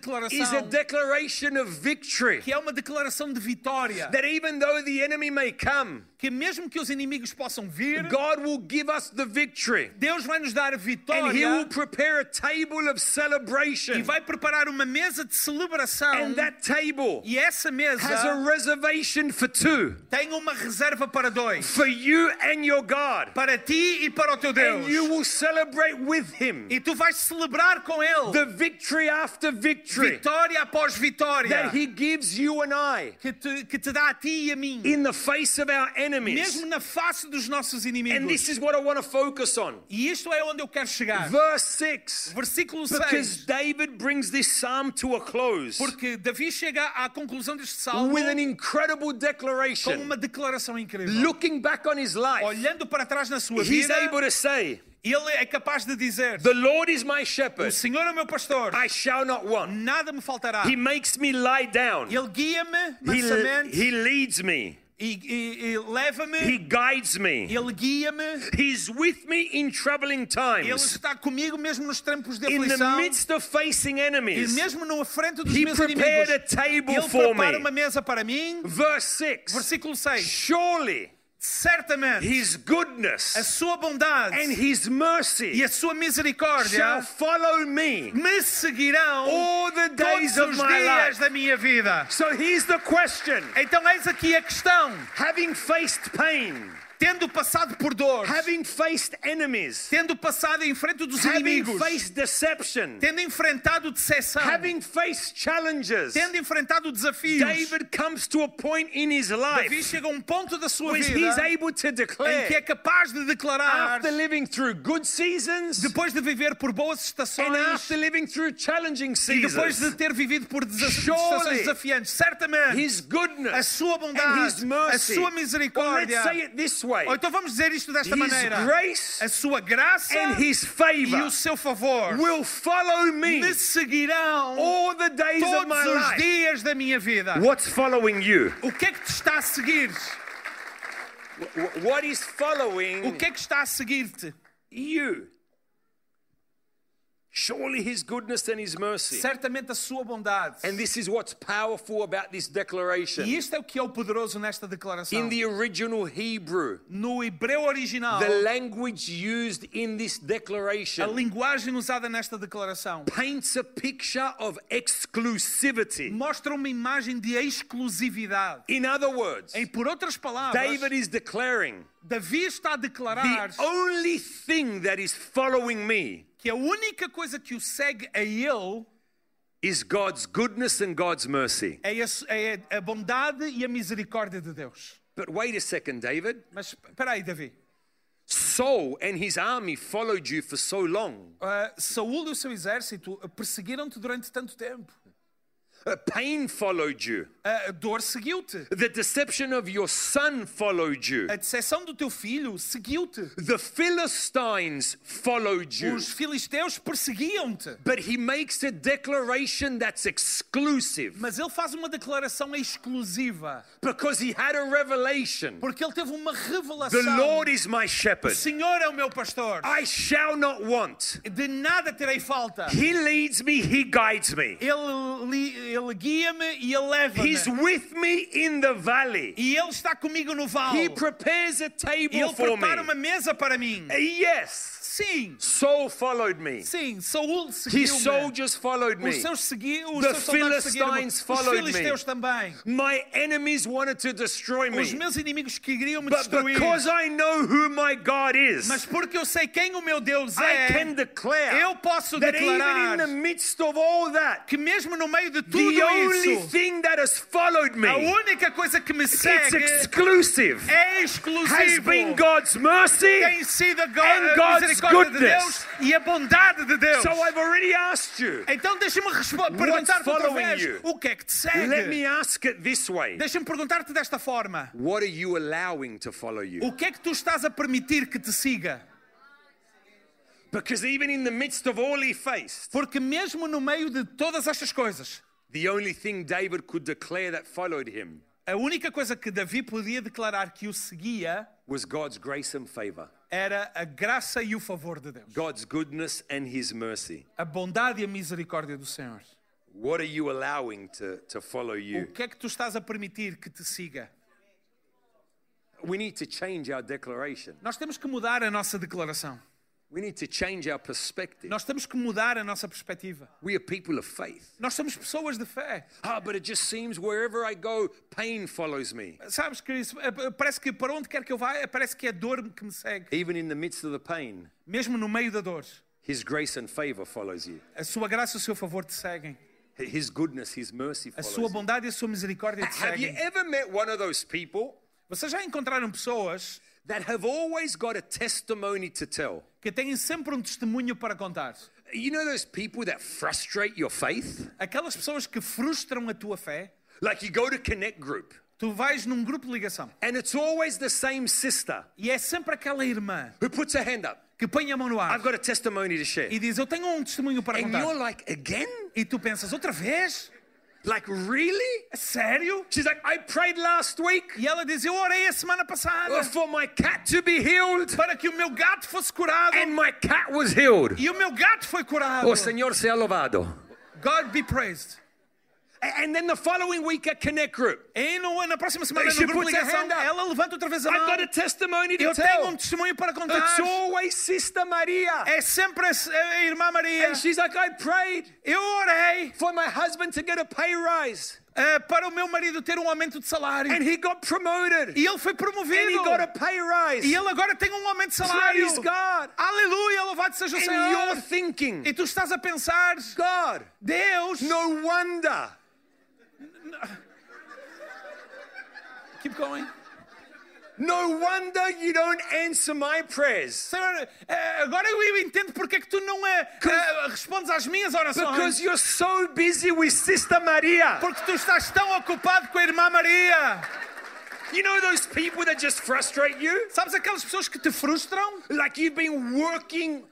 Speaker 3: declaração
Speaker 2: declaration of victory.
Speaker 3: que é uma declaração de vitória,
Speaker 2: That even though the enemy may come,
Speaker 3: que mesmo que os inimigos possam vir,
Speaker 2: God will give us the victory.
Speaker 3: Deus vai nos dar a
Speaker 2: And he will
Speaker 3: vitória
Speaker 2: prepare a table of
Speaker 3: e
Speaker 2: celebration.
Speaker 3: vai preparar uma mesa de celebração.
Speaker 2: And that table
Speaker 3: E
Speaker 2: has
Speaker 3: essa
Speaker 2: a
Speaker 3: mesa
Speaker 2: reservation for two
Speaker 3: tem uma reserva para dois,
Speaker 2: for you and your God.
Speaker 3: para ti e para o teu
Speaker 2: And you
Speaker 3: Deus.
Speaker 2: will celebrate with him
Speaker 3: E tu vais celebrar com ele
Speaker 2: the victory after victory
Speaker 3: vitória após vitória
Speaker 2: that he gives you and I
Speaker 3: que te, que te dá a ti e a mim,
Speaker 2: in the face of our enemies.
Speaker 3: mesmo na face dos nossos
Speaker 2: And
Speaker 3: inimigos.
Speaker 2: this is what I want to focus on.
Speaker 3: E isto é onde eu quero chegar.
Speaker 2: Verse 6.
Speaker 3: Versículo 6.
Speaker 2: Because David brings this psalm to a close
Speaker 3: Porque Davi chega à conclusão deste salmo
Speaker 2: with an incredible
Speaker 3: com
Speaker 2: declaration.
Speaker 3: uma declaração incrível.
Speaker 2: Looking back on his life,
Speaker 3: Olhando para trás na sua
Speaker 2: he's
Speaker 3: vida,
Speaker 2: able to say,
Speaker 3: ele é capaz de dizer:
Speaker 2: The Lord is my
Speaker 3: O
Speaker 2: shepherd,
Speaker 3: Senhor é o meu pastor,
Speaker 2: I shall not want.
Speaker 3: nada me faltará.
Speaker 2: He makes me lie down.
Speaker 3: Ele guia-me
Speaker 2: He,
Speaker 3: mansamente
Speaker 2: he leads me.
Speaker 3: e, e- e
Speaker 2: He
Speaker 3: leva-me,
Speaker 2: guides me.
Speaker 3: ele guia-me,
Speaker 2: He's with me in
Speaker 3: E
Speaker 2: troubling
Speaker 3: ele
Speaker 2: times.
Speaker 3: está comigo mesmo nos tempos um de
Speaker 2: In the
Speaker 3: aflição
Speaker 2: midst of facing
Speaker 3: e
Speaker 2: enemies,
Speaker 3: mesmo na frente dos
Speaker 2: He
Speaker 3: meus
Speaker 2: prepared a
Speaker 3: inimigos.
Speaker 2: table
Speaker 3: Ele
Speaker 2: for
Speaker 3: prepara uma
Speaker 2: me.
Speaker 3: mesa para mim.
Speaker 2: Verse 6
Speaker 3: Versículo 6.
Speaker 2: Surely
Speaker 3: Certamente
Speaker 2: His
Speaker 3: a
Speaker 2: goodness
Speaker 3: sua bondade
Speaker 2: and His
Speaker 3: e
Speaker 2: mercy
Speaker 3: a sua misericórdia
Speaker 2: shall follow me
Speaker 3: me seguirão
Speaker 2: all the
Speaker 3: todos
Speaker 2: days of
Speaker 3: os
Speaker 2: my
Speaker 3: dias
Speaker 2: life.
Speaker 3: da minha vida.
Speaker 2: So here's the question
Speaker 3: Então eis aqui a questão.
Speaker 2: having faced pain,
Speaker 3: Tendo passado por dor,
Speaker 2: having faced enemies,
Speaker 3: tendo passado em frente dos
Speaker 2: having
Speaker 3: inimigos,
Speaker 2: faced deception,
Speaker 3: tendo enfrentado decepção,
Speaker 2: having faced challenges,
Speaker 3: tendo enfrentado desafios,
Speaker 2: David comes to a point in his
Speaker 3: Davi
Speaker 2: life
Speaker 3: chega a um ponto da sua
Speaker 2: where
Speaker 3: vida
Speaker 2: he's able to
Speaker 3: em que é
Speaker 2: declare
Speaker 3: capaz de declarar,
Speaker 2: after living through good seasons
Speaker 3: depois de viver por boas
Speaker 2: and
Speaker 3: estações
Speaker 2: after living through challenging
Speaker 3: e depois de
Speaker 2: seasons,
Speaker 3: ter vivido por desa-
Speaker 2: Surely
Speaker 3: estações desafiantes, certamente
Speaker 2: his
Speaker 3: a
Speaker 2: goodness
Speaker 3: sua
Speaker 2: and his
Speaker 3: bondade, a
Speaker 2: mercy.
Speaker 3: sua
Speaker 2: Or let's
Speaker 3: misericórdia,
Speaker 2: say it this way
Speaker 3: Ou então vamos dizer isto desta
Speaker 2: His
Speaker 3: maneira:
Speaker 2: grace
Speaker 3: a sua graça
Speaker 2: and His
Speaker 3: e
Speaker 2: favor
Speaker 3: o seu favor
Speaker 2: will follow me
Speaker 3: me seguirão
Speaker 2: all the days of
Speaker 3: todos
Speaker 2: my
Speaker 3: os
Speaker 2: life.
Speaker 3: dias da minha vida.
Speaker 2: What's following you?
Speaker 3: O que é que te está a seguir?
Speaker 2: Wh- What is
Speaker 3: O
Speaker 2: following
Speaker 3: que é que está a seguir-te?
Speaker 2: you? Surely His goodness and His mercy.
Speaker 3: Certamente a sua bondade.
Speaker 2: And this is what's powerful about this
Speaker 3: E
Speaker 2: declaration.
Speaker 3: isto é o que é o poderoso nesta declaração.
Speaker 2: In the original Hebrew,
Speaker 3: No hebreu original,
Speaker 2: the language used in this
Speaker 3: a
Speaker 2: declaration
Speaker 3: linguagem usada nesta declaração
Speaker 2: paints a picture of exclusivity.
Speaker 3: mostra uma imagem de exclusividade.
Speaker 2: In other words,
Speaker 3: E por outras palavras,
Speaker 2: David is declaring
Speaker 3: Davi está a declarar
Speaker 2: the only thing that is following me
Speaker 3: que a única coisa que o segue a ele
Speaker 2: is God's goodness and God's mercy.
Speaker 3: é a, é a bondade e a misericórdia de Deus.
Speaker 2: But wait a second, David.
Speaker 3: Mas espera aí, Davi.
Speaker 2: Saul and his army followed you for so long.
Speaker 3: Ah, Saúl e o seu exército perseguiram-te durante tanto tempo.
Speaker 2: Uh, Pain followed you.
Speaker 3: Ah, a dor seguiu-te.
Speaker 2: The deception of your son followed you.
Speaker 3: A decepção do teu filho seguiu-te.
Speaker 2: The Philistines followed you.
Speaker 3: Os filisteus perseguiam-te.
Speaker 2: But he makes a declaration that's exclusive
Speaker 3: Mas ele faz uma declaração exclusiva,
Speaker 2: because he had a revelation.
Speaker 3: porque ele teve uma revelação.
Speaker 2: The Lord is my
Speaker 3: O
Speaker 2: shepherd.
Speaker 3: Senhor é o meu pastor.
Speaker 2: I shall not want.
Speaker 3: De nada terei falta.
Speaker 2: He leads me, he guides me.
Speaker 3: Ele, li- ele guia-me e ele leva-me.
Speaker 2: He's with me in the valley.
Speaker 3: E ele está comigo no
Speaker 2: He
Speaker 3: vale.
Speaker 2: prepares a table
Speaker 3: Ele
Speaker 2: for me. Uh,
Speaker 3: prepara uma mesa para mim.
Speaker 2: Yes.
Speaker 3: Sim,
Speaker 2: Saul followed me.
Speaker 3: sim. Saúl seguiu-me.
Speaker 2: His soldiers followed
Speaker 3: Os
Speaker 2: me.
Speaker 3: seus, segui os
Speaker 2: The
Speaker 3: seus soldados seguiram-me.
Speaker 2: Philistines
Speaker 3: Os
Speaker 2: followed
Speaker 3: filisteus também.
Speaker 2: My enemies wanted to destroy
Speaker 3: Os
Speaker 2: me.
Speaker 3: meus inimigos que queriam me
Speaker 2: But
Speaker 3: destruir.
Speaker 2: because I know who my God
Speaker 3: Mas
Speaker 2: is,
Speaker 3: porque eu sei quem o meu Deus
Speaker 2: I can
Speaker 3: é,
Speaker 2: declare
Speaker 3: eu posso
Speaker 2: that even in the
Speaker 3: declarar
Speaker 2: midst of all that,
Speaker 3: que mesmo no meio de tudo
Speaker 2: the only
Speaker 3: isso,
Speaker 2: thing that has followed
Speaker 3: a
Speaker 2: me,
Speaker 3: única coisa que me
Speaker 2: it's
Speaker 3: segue
Speaker 2: exclusive,
Speaker 3: é
Speaker 2: has
Speaker 3: exclusivo.
Speaker 2: been God's mercy.
Speaker 3: Tem sido a, go
Speaker 2: and
Speaker 3: a
Speaker 2: God's
Speaker 3: misericórdia de
Speaker 2: goodness.
Speaker 3: Deus e a bondade de Deus.
Speaker 2: So I've already asked you.
Speaker 3: Então deixa-me respo- perguntar-te outra
Speaker 2: following
Speaker 3: vez
Speaker 2: you?
Speaker 3: o que é que te
Speaker 2: Let
Speaker 3: segue.
Speaker 2: me ask it this way.
Speaker 3: Deixa-me perguntar-te desta forma.
Speaker 2: What are you allowing to follow you?
Speaker 3: O que é que tu estás a permitir que te siga?
Speaker 2: Because even in the midst of all he faced,
Speaker 3: Porque mesmo no meio de todas estas coisas,
Speaker 2: the only thing David could declare that followed him
Speaker 3: a única coisa que Davi podia declarar que o seguia
Speaker 2: was God's grace and favor,
Speaker 3: era a graça e o favor de Deus,
Speaker 2: God's goodness and his mercy.
Speaker 3: a bondade e a misericórdia do Senhor.
Speaker 2: What are you allowing to, to follow you?
Speaker 3: O que é que tu estás a permitir que te siga?
Speaker 2: We need to change our declaration.
Speaker 3: Nós temos que mudar a nossa declaração.
Speaker 2: We need to change our perspective.
Speaker 3: Nós temos que mudar a nossa perspectiva.
Speaker 2: We are people of faith.
Speaker 3: Nós somos pessoas de fé.
Speaker 2: Ah, but it just seems wherever I go, pain follows me.
Speaker 3: Sabes que isso, eh, eh, parece que para onde quer que eu vá, eh, parece que é a dor que me segue.
Speaker 2: Even in the midst of the pain,
Speaker 3: Mesmo no meio da dor,
Speaker 2: his grace and favor follows you.
Speaker 3: a sua graça e o seu favor te seguem.
Speaker 2: His goodness, his mercy
Speaker 3: A
Speaker 2: follows
Speaker 3: sua
Speaker 2: you.
Speaker 3: bondade e a sua misericórdia te
Speaker 2: Have you
Speaker 3: seguem.
Speaker 2: ever met one of those people
Speaker 3: Vocês já encontraram pessoas
Speaker 2: that have always got a testimony to tell?
Speaker 3: que têm sempre um testemunho para contar.
Speaker 2: You know those people that frustrate your faith?
Speaker 3: Aquelas pessoas que frustram a tua fé.
Speaker 2: Like you go to Connect Group
Speaker 3: Tu vais num grupo de ligação
Speaker 2: and it's always the same sister
Speaker 3: e é sempre aquela irmã
Speaker 2: who puts her hand up.
Speaker 3: que põe a mão no ar
Speaker 2: I've got a testimony to share.
Speaker 3: e diz: Eu tenho um testemunho para
Speaker 2: And
Speaker 3: contar.
Speaker 2: you're like, again?
Speaker 3: E tu pensas: Outra vez?
Speaker 2: Like, really?
Speaker 3: A sério?
Speaker 2: She's like, I prayed last week
Speaker 3: E ela diz: Eu orei a semana passada
Speaker 2: for my cat to be healed
Speaker 3: para que o meu gato fosse curado
Speaker 2: and my cat was healed.
Speaker 3: e o meu gato foi curado.
Speaker 2: Oh, Señor, sea louvado.
Speaker 3: God be praised.
Speaker 2: A- And then the following week at Connect Group,
Speaker 3: E no, na próxima semana,
Speaker 2: She
Speaker 3: no grupo de
Speaker 2: puts her
Speaker 3: ligação,
Speaker 2: hand up.
Speaker 3: ela levanta outra vez a
Speaker 2: I've
Speaker 3: mão.
Speaker 2: got a testimony to
Speaker 3: Eu tenho
Speaker 2: tell.
Speaker 3: um testemunho para contar.
Speaker 2: It's always Sister Maria.
Speaker 3: É sempre a, a irmã Maria.
Speaker 2: And she's like, I prayed
Speaker 3: Eu orei
Speaker 2: for my husband to get a pay rise,
Speaker 3: eh, para o meu marido ter um aumento de salário.
Speaker 2: and he got promoted,
Speaker 3: E ele foi
Speaker 2: and he
Speaker 3: promovido.
Speaker 2: got a pay rise.
Speaker 3: E ele agora tem um aumento de salário.
Speaker 2: Praise God.
Speaker 3: Aleluia, louvado seja o
Speaker 2: And you're
Speaker 3: Senhor. E
Speaker 2: thinking,
Speaker 3: tu estás a pensar,
Speaker 2: God,
Speaker 3: Deus,
Speaker 2: no wonder
Speaker 3: keep going.
Speaker 2: No wonder you don't answer my prayers.
Speaker 3: Senhor, eh, agora eu entendo porque é que tu não eh, eh, respondes às minhas orações.
Speaker 2: Because you're so busy with Sister Maria.
Speaker 3: Porque tu estás tão ocupado com a irmã Maria.
Speaker 2: You know those people that just frustrate you?
Speaker 3: Sabes aquelas pessoas que te frustram?
Speaker 2: Like you've been working,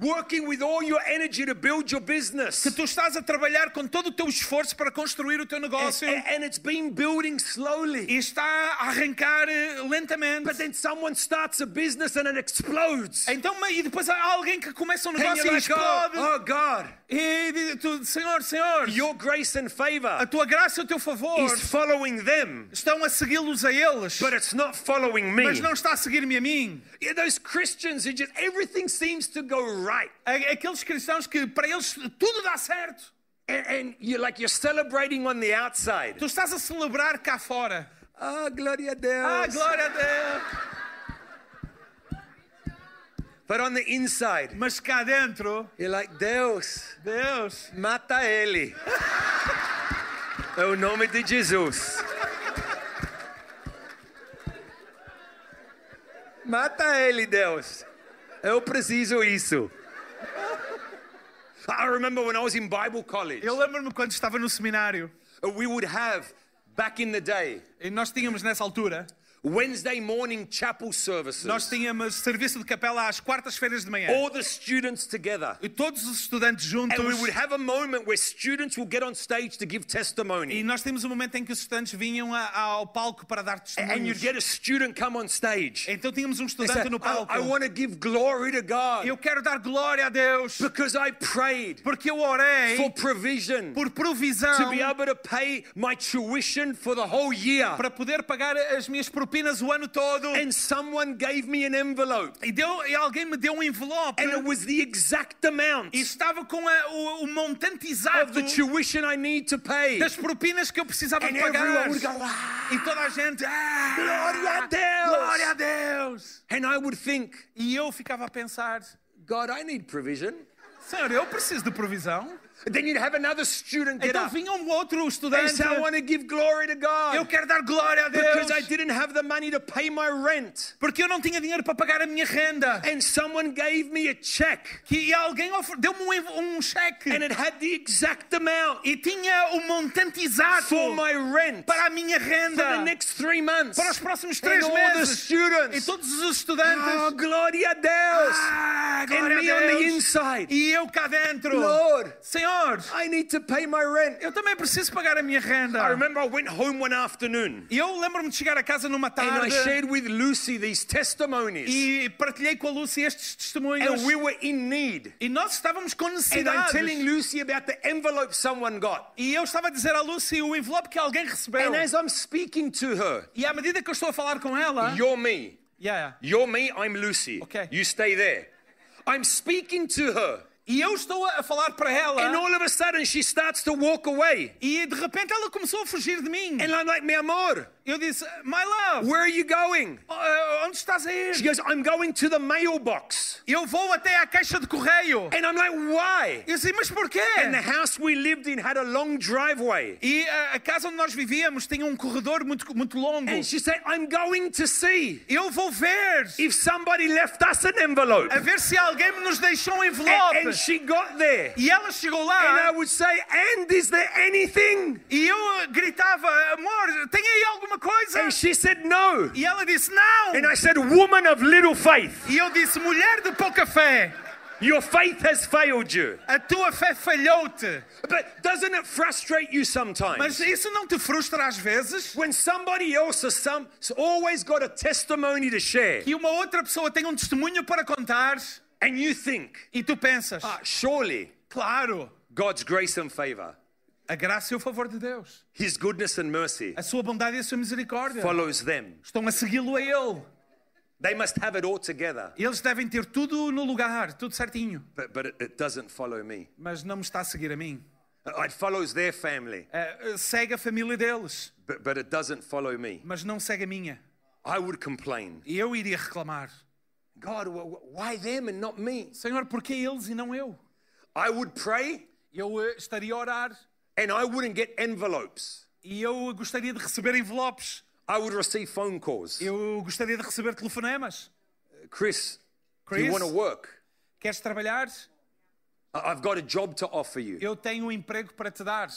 Speaker 2: working with all your energy to build your business.
Speaker 3: Que tu estás a trabalhar com todo o teu esforço para construir o teu
Speaker 2: And,
Speaker 3: negócio
Speaker 2: and it's been building slowly.
Speaker 3: e está a arrancar eh,
Speaker 2: But
Speaker 3: lentamente.
Speaker 2: then someone starts a business and it explodes.
Speaker 3: Então, mas- e depois há alguém que começa um
Speaker 2: And
Speaker 3: negócio
Speaker 2: you're
Speaker 3: e
Speaker 2: like, oh,
Speaker 3: explode.
Speaker 2: oh God,
Speaker 3: E diz tu, Senhor, Senhor,
Speaker 2: your grace and
Speaker 3: a
Speaker 2: favor
Speaker 3: tua graça e o teu favor
Speaker 2: is following them,
Speaker 3: estão a segui-los a eles,
Speaker 2: but it's not following me.
Speaker 3: mas não está a seguir-me a mim.
Speaker 2: Yeah, those Christians who just everything seems to go right.
Speaker 3: A- Aqueles cristãos que para eles tudo dá certo.
Speaker 2: And, and you're like you're celebrating on the outside.
Speaker 3: Tu estás a celebrar cá fora.
Speaker 2: Ah, Gloria
Speaker 3: Ah,
Speaker 2: Deus.
Speaker 3: glória a Deus!
Speaker 2: But on the inside,
Speaker 3: Mas cá dentro,
Speaker 2: you're like, Deus,
Speaker 3: Deus,
Speaker 2: mata ele. É o nome de Jesus. Mata ele, Deus. Eu preciso isso. I remember when I was in Bible college, uh,
Speaker 3: eu lembro-me quando estava no seminário
Speaker 2: we would have, back in the day,
Speaker 3: e nós tínhamos nessa altura,
Speaker 2: Wednesday morning chapel
Speaker 3: nós
Speaker 2: services.
Speaker 3: tínhamos serviço de capela às quartas-feiras de manhã.
Speaker 2: All the students together.
Speaker 3: E todos os estudantes juntos.
Speaker 2: And we would have a moment where students will get on stage to give
Speaker 3: E
Speaker 2: testimony.
Speaker 3: nós temos um momento em que os estudantes vinham a- ao palco para dar
Speaker 2: And
Speaker 3: testemunhos.
Speaker 2: you'd get a student come on stage.
Speaker 3: Então tínhamos um
Speaker 2: They
Speaker 3: estudante
Speaker 2: say,
Speaker 3: no
Speaker 2: I,
Speaker 3: palco.
Speaker 2: I want to give glory to
Speaker 3: Eu
Speaker 2: God
Speaker 3: quero dar glória a Deus
Speaker 2: because I prayed
Speaker 3: porque eu
Speaker 2: for
Speaker 3: orei
Speaker 2: provision
Speaker 3: por provisão
Speaker 2: to be able to pay my tuition for the whole year.
Speaker 3: para poder pagar as minhas propinas o ano todo.
Speaker 2: And someone gave me an envelope,
Speaker 3: E, deu, e alguém me deu um envelope
Speaker 2: and it was the exact amount
Speaker 3: e estava com a- o, o montante
Speaker 2: of
Speaker 3: exato
Speaker 2: the tuition I need to pay.
Speaker 3: das propinas que eu precisava
Speaker 2: And
Speaker 3: de pagar.
Speaker 2: everyone would go, ah,
Speaker 3: E toda a gente, "Ah,
Speaker 2: Glória a Deus!"
Speaker 3: glória a Deus.
Speaker 2: and I would think,
Speaker 3: E eu ficava a pensar,
Speaker 2: God, I need provision.
Speaker 3: Senhor, eu preciso de provisão.
Speaker 2: Then you'd have another student get
Speaker 3: Então
Speaker 2: up.
Speaker 3: vinha um outro
Speaker 2: They
Speaker 3: estudante.
Speaker 2: say, I want to give glory to
Speaker 3: Eu
Speaker 2: God
Speaker 3: quero dar glória a Deus
Speaker 2: because I didn't have the money to pay my rent.
Speaker 3: porque eu não tinha dinheiro para pagar a minha renda.
Speaker 2: And someone gave me a check
Speaker 3: Que e alguém ofer- deu-me um, env- um cheque
Speaker 2: and it had the exact amount
Speaker 3: e tinha o montante exato
Speaker 2: for my rent for
Speaker 3: para a minha
Speaker 2: the
Speaker 3: renda
Speaker 2: next three months.
Speaker 3: para os próximos
Speaker 2: And
Speaker 3: três
Speaker 2: all the
Speaker 3: meses. E
Speaker 2: students.
Speaker 3: todos os estudantes.
Speaker 2: Oh, Gloria Deus.
Speaker 3: Ah,
Speaker 2: And
Speaker 3: glória
Speaker 2: me
Speaker 3: a
Speaker 2: on the
Speaker 3: Deus.
Speaker 2: inside.
Speaker 3: E eu cá dentro.
Speaker 2: Oh, Lord,
Speaker 3: Senhor,
Speaker 2: I need to pay my rent.
Speaker 3: eu também preciso pagar a minha renda.
Speaker 2: I remember I went home one afternoon
Speaker 3: E eu lembro-me de chegar a casa numa
Speaker 2: and I
Speaker 3: tarde
Speaker 2: shared with Lucy these testimonies.
Speaker 3: Ah, e partilhei com a Lucy estes testemunhos.
Speaker 2: And we were in need.
Speaker 3: E nós estávamos com
Speaker 2: And I'm telling
Speaker 3: necessidades.
Speaker 2: Lucy about the envelope someone got.
Speaker 3: E eu estava a dizer à Lucy o envelope que alguém recebeu.
Speaker 2: And as I'm speaking to her,
Speaker 3: E à medida que eu estou a falar com ela.
Speaker 2: you're me.
Speaker 3: Yeah, yeah.
Speaker 2: You're me, I'm Lucy.
Speaker 3: Okay.
Speaker 2: You stay there. I'm speaking to her.
Speaker 3: E eu estou a falar para ela.
Speaker 2: And all of a sudden, she starts to walk away.
Speaker 3: E de repente ela começou a fugir de mim.
Speaker 2: And I'm like, Mi amor,
Speaker 3: Eu disse, My love,
Speaker 2: where are you going?
Speaker 3: ah, onde estás a
Speaker 2: She
Speaker 3: ir?
Speaker 2: goes, I'm going to the mailbox.
Speaker 3: Eu vou até à caixa de correio.
Speaker 2: And I'm like, why?
Speaker 3: Eu disse, mas porquê?
Speaker 2: And the house we lived in had a long driveway.
Speaker 3: E a, a casa onde nós vivíamos tinha um corredor muito, muito longo.
Speaker 2: And she said, I'm going to see
Speaker 3: Eu vou ver,
Speaker 2: if somebody left us an envelope.
Speaker 3: a ver se alguém nos deixou um
Speaker 2: And,
Speaker 3: envelope.
Speaker 2: and she got there.
Speaker 3: E ela chegou
Speaker 2: And I
Speaker 3: lá
Speaker 2: would say, And is there anything?
Speaker 3: e eu ah, gritava, amor, tem aí alguma coisa?
Speaker 2: And she said, No.
Speaker 3: E ela disse, não.
Speaker 2: And I said, Woman of little faith,
Speaker 3: E eu disse, mulher de pouca fé,
Speaker 2: your faith has failed you.
Speaker 3: a tua fé falhou-te.
Speaker 2: But doesn't it frustrate you
Speaker 3: Mas
Speaker 2: sometimes?
Speaker 3: isso não te frustra às vezes?
Speaker 2: When somebody else has some, has always got a testimony to share,
Speaker 3: Que uma outra pessoa tem um testemunho para contar
Speaker 2: and you think,
Speaker 3: e tu pensas,
Speaker 2: ah, surely
Speaker 3: claro,
Speaker 2: God's grace and favor,
Speaker 3: a graça e o favor de Deus,
Speaker 2: His goodness and mercy
Speaker 3: a sua bondade e a sua misericórdia
Speaker 2: follows them.
Speaker 3: estão a segui-lo a Ele.
Speaker 2: They must have it all together,
Speaker 3: Eles devem ter tudo no lugar, tudo certinho,
Speaker 2: but, but it, it doesn't follow me.
Speaker 3: mas não me está a seguir a mim.
Speaker 2: It follows their family,
Speaker 3: Eh, eh, segue a família deles,
Speaker 2: but, but it doesn't follow me.
Speaker 3: mas não segue a minha.
Speaker 2: I would complain
Speaker 3: E eu iria reclamar:
Speaker 2: God, wh- wh- why them and not me?
Speaker 3: Senhor, porquê eles e não eu?
Speaker 2: I would pray
Speaker 3: Eu eh, estaria a orar
Speaker 2: and I wouldn't get envelopes.
Speaker 3: e eu gostaria de receber envelopes,
Speaker 2: I would receive phone calls.
Speaker 3: eu gostaria de receber telefonemas.
Speaker 2: Chris, do
Speaker 3: Chris?
Speaker 2: you want to work?
Speaker 3: Queres trabalhar?
Speaker 2: I- I've got a job to offer you.
Speaker 3: Eu tenho um emprego para te dar.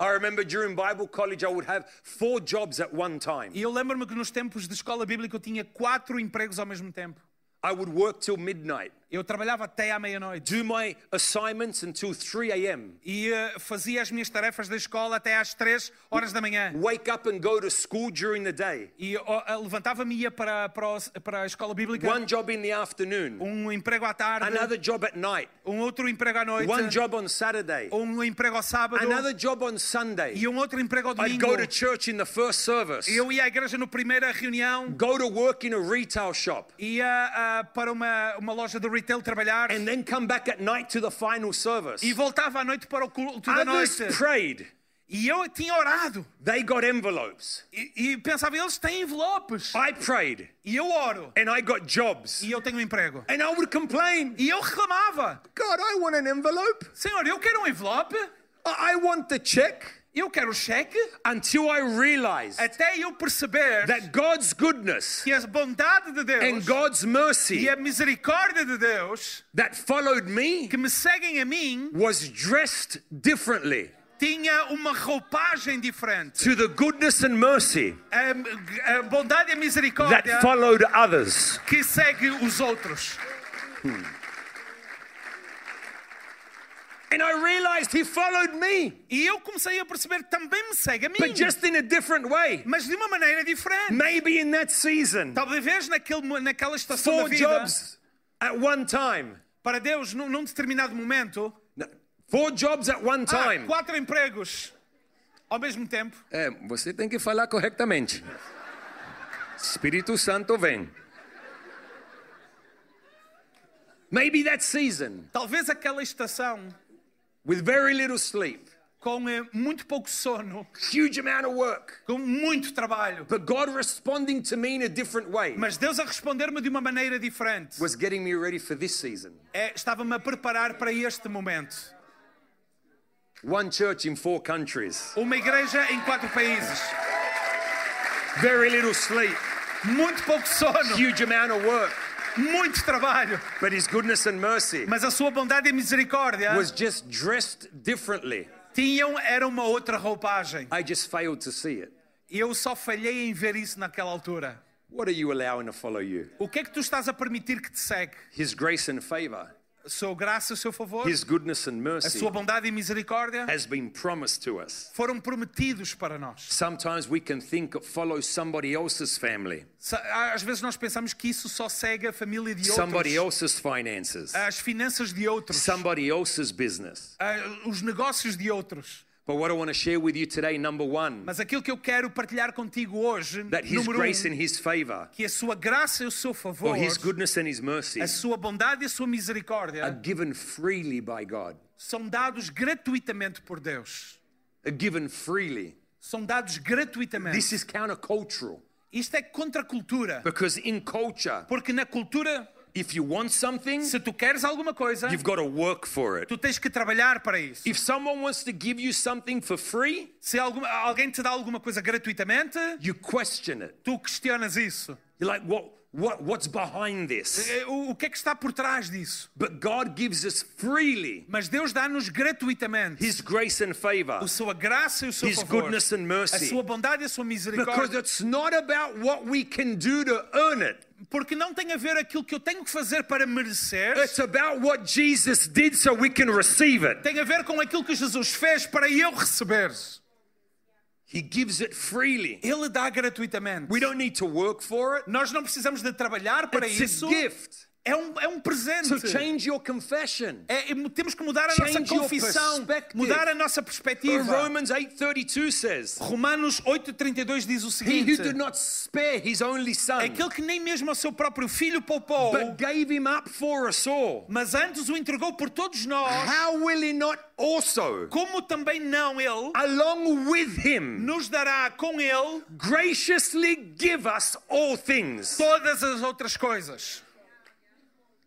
Speaker 2: I remember during Bible college, I would have four jobs at one time.
Speaker 3: E eu lembro-me que nos tempos de escola bíblica eu tinha quatro empregos ao mesmo tempo.
Speaker 2: I would work till midnight,
Speaker 3: Eu trabalhava até à meia-noite
Speaker 2: do my assignments until 3 a.m.,
Speaker 3: e eh, fazia as minhas tarefas da escola até às três horas da manhã.
Speaker 2: wake up and go to school during the day,
Speaker 3: E ó, eh, levantava-me e ia para, para, o- para a escola bíblica.
Speaker 2: one job in the afternoon,
Speaker 3: Um emprego à tarde,
Speaker 2: another job at night,
Speaker 3: um outro emprego à noite,
Speaker 2: one job on Saturday,
Speaker 3: um emprego ao sábado
Speaker 2: another job on Sunday.
Speaker 3: e um outro emprego ao
Speaker 2: I'd go
Speaker 3: domingo.
Speaker 2: to church in the first service,
Speaker 3: Eu ia à igreja na primeira reunião,
Speaker 2: go to work in a retail shop,
Speaker 3: ia ah, para uma, uma loja de retail trabalhar
Speaker 2: and then come back at night to the final service.
Speaker 3: e voltava à noite para o culto da
Speaker 2: Others
Speaker 3: noite.
Speaker 2: prayed.
Speaker 3: E eu tinha orado
Speaker 2: They got envelopes.
Speaker 3: e, e pensava, eles têm envelopes.
Speaker 2: I prayed
Speaker 3: E eu oro
Speaker 2: and I got jobs.
Speaker 3: e eu tenho um emprego.
Speaker 2: And I would complain
Speaker 3: E eu reclamava,
Speaker 2: God, I want an envelope.
Speaker 3: Senhor, eu quero um envelope,
Speaker 2: I I want the check
Speaker 3: eu quero o cheque,
Speaker 2: until I realize
Speaker 3: até eu perceber
Speaker 2: that God's goodness
Speaker 3: que a bondade de
Speaker 2: and
Speaker 3: Deus
Speaker 2: God's mercy
Speaker 3: e a misericórdia de Deus
Speaker 2: that followed me
Speaker 3: que me seguem a mim
Speaker 2: was dressed differently
Speaker 3: tinha uma roupagem diferente.
Speaker 2: to the goodness and mercy
Speaker 3: A, a bondade e a
Speaker 2: that
Speaker 3: misericórdia
Speaker 2: followed others.
Speaker 3: que segue os outros.
Speaker 2: And I realized He followed me,
Speaker 3: E eu comecei a perceber também me segue a mim,
Speaker 2: but just in a different way.
Speaker 3: mas de uma maneira diferente.
Speaker 2: Maybe in that season,
Speaker 3: Talvez naquele, mo- naquela estação da
Speaker 2: four
Speaker 3: vida,
Speaker 2: jobs at one time.
Speaker 3: para Deus, num, num determinado momento,
Speaker 2: No, Four jobs at one
Speaker 3: há
Speaker 2: time.
Speaker 3: quatro empregos ao mesmo tempo.
Speaker 2: É, você tem que falar corretamente. Espírito Santo vem. Maybe that season,
Speaker 3: Talvez aquela estação,
Speaker 2: with very little sleep,
Speaker 3: com eh, muito pouco sono,
Speaker 2: huge amount of work,
Speaker 3: com muito trabalho,
Speaker 2: but God responding to me in a different way
Speaker 3: mas Deus a responder-me de uma maneira diferente.
Speaker 2: was getting me ready for this season.
Speaker 3: É, Estava-me a preparar para este momento.
Speaker 2: One church in four countries,
Speaker 3: Uma igreja em quatro países,
Speaker 2: very little sleep,
Speaker 3: muito pouco sono,
Speaker 2: huge amount of work,
Speaker 3: muito trabalho,
Speaker 2: but His goodness and mercy
Speaker 3: mas a sua bondade e misericórdia
Speaker 2: was just dressed differently.
Speaker 3: tinham era uma outra roupagem.
Speaker 2: I just failed to see it.
Speaker 3: E eu só falhei em ver isso naquela altura.
Speaker 2: What are you allowing to follow you?
Speaker 3: O que é que tu estás a permitir que te segue?
Speaker 2: His grace and favor.
Speaker 3: A sua graça, o seu favor,
Speaker 2: His goodness and
Speaker 3: a
Speaker 2: mercy
Speaker 3: sua bondade e misericórdia
Speaker 2: has been promised to us.
Speaker 3: foram prometidos para nós.
Speaker 2: Sometimes we can think it follows somebody else's family,
Speaker 3: Sa- Às vezes nós pensamos que isso só segue a família de
Speaker 2: somebody
Speaker 3: outros,
Speaker 2: else's finances,
Speaker 3: as finanças de outros,
Speaker 2: somebody else's business.
Speaker 3: a- Ah, os negócios de outros.
Speaker 2: But what I want to share with you today, number one,
Speaker 3: Mas aquilo que eu quero partilhar contigo hoje,
Speaker 2: that His
Speaker 3: número
Speaker 2: grace
Speaker 3: um,
Speaker 2: and His favor,
Speaker 3: que a sua graça e o seu favor,
Speaker 2: or His goodness and His mercy,
Speaker 3: a sua bondade e a sua
Speaker 2: are
Speaker 3: misericórdia
Speaker 2: given freely by God,
Speaker 3: são dados gratuitamente por Deus.
Speaker 2: are given freely.
Speaker 3: São dados gratuitamente.
Speaker 2: This is countercultural
Speaker 3: Isto é contra a cultura.
Speaker 2: because in culture,
Speaker 3: Porque na cultura,
Speaker 2: if you want something,
Speaker 3: se tu queres alguma coisa,
Speaker 2: you've got to work for it.
Speaker 3: tu tens que trabalhar para isso.
Speaker 2: If someone wants to give you something for free,
Speaker 3: Se alguma- alguém te dá alguma coisa gratuitamente,
Speaker 2: you question it.
Speaker 3: tu questionas isso.
Speaker 2: You're like, what, what, what's behind this?
Speaker 3: É, O, o que é que está por trás disso?
Speaker 2: But God gives us freely
Speaker 3: Mas Deus dá-nos gratuitamente
Speaker 2: His grace and favor,
Speaker 3: a sua graça e o seu
Speaker 2: His
Speaker 3: favor,
Speaker 2: goodness and
Speaker 3: a sua
Speaker 2: mercy.
Speaker 3: bondade e a sua
Speaker 2: Because
Speaker 3: misericórdia,
Speaker 2: it's not about what we can do to earn it,
Speaker 3: porque não tem a ver aquilo que eu tenho que fazer para merecer,
Speaker 2: it's about what Jesus did so we can receive it.
Speaker 3: tem a ver com aquilo que Jesus fez para eu receber.
Speaker 2: He gives it freely.
Speaker 3: Ele dá gratuitamente.
Speaker 2: We don't need to work for it,
Speaker 3: Nós não precisamos de trabalhar para
Speaker 2: it's
Speaker 3: isso.
Speaker 2: a gift.
Speaker 3: É um, é um presente.
Speaker 2: So change your confession.
Speaker 3: É, é- temos que mudar a
Speaker 2: Change
Speaker 3: nossa
Speaker 2: your
Speaker 3: confissão,
Speaker 2: perspective.
Speaker 3: mudar a nossa
Speaker 2: Or
Speaker 3: perspectiva.
Speaker 2: Romans 8:32 says,
Speaker 3: Romanos 8:32 diz o
Speaker 2: "He
Speaker 3: seguinte:
Speaker 2: who did not spare his only son,
Speaker 3: Aquele que nem mesmo ao seu próprio filho poupou,
Speaker 2: but gave him up for us all."
Speaker 3: mas antes o entregou por todos nós,
Speaker 2: How will he not also,
Speaker 3: como também não ele
Speaker 2: along with him,
Speaker 3: nos dará com ele
Speaker 2: graciously give us all things?
Speaker 3: todas as outras coisas.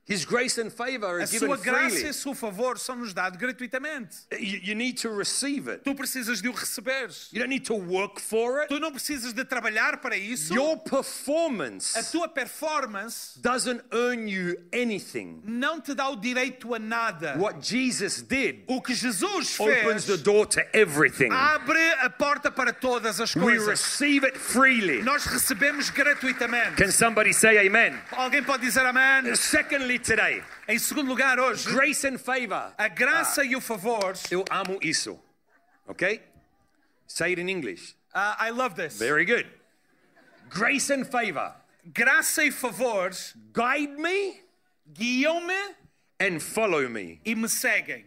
Speaker 2: His grace and favor are
Speaker 3: A
Speaker 2: given
Speaker 3: sua graça e
Speaker 2: freely.
Speaker 3: o seu favor são nos dados gratuitamente.
Speaker 2: You, you need to receive it.
Speaker 3: Tu precisas de o receberes.
Speaker 2: You don't need to work for it.
Speaker 3: Tu não precisas de trabalhar para isso.
Speaker 2: Your
Speaker 3: A
Speaker 2: performance
Speaker 3: tua performance
Speaker 2: doesn't earn you anything.
Speaker 3: não te dá o direito a nada.
Speaker 2: What Jesus did
Speaker 3: O que Jesus
Speaker 2: opens
Speaker 3: fez
Speaker 2: the door to everything.
Speaker 3: abre a porta para todas as
Speaker 2: We
Speaker 3: coisas.
Speaker 2: receive it freely.
Speaker 3: Nós recebemos gratuitamente.
Speaker 2: Can somebody say amen?
Speaker 3: Alguém pode dizer amém?
Speaker 2: Secondly, today,
Speaker 3: Em segundo lugar, hoje,
Speaker 2: grace and favor.
Speaker 3: a
Speaker 2: Ah.
Speaker 3: graça e o favor.
Speaker 2: Eu amo isso. Okay? Say it in English.
Speaker 3: Ah, I love this.
Speaker 2: Very good. Grace and favor
Speaker 3: Graça e favor
Speaker 2: guide me
Speaker 3: guiam-me
Speaker 2: and follow me.
Speaker 3: e me seguem.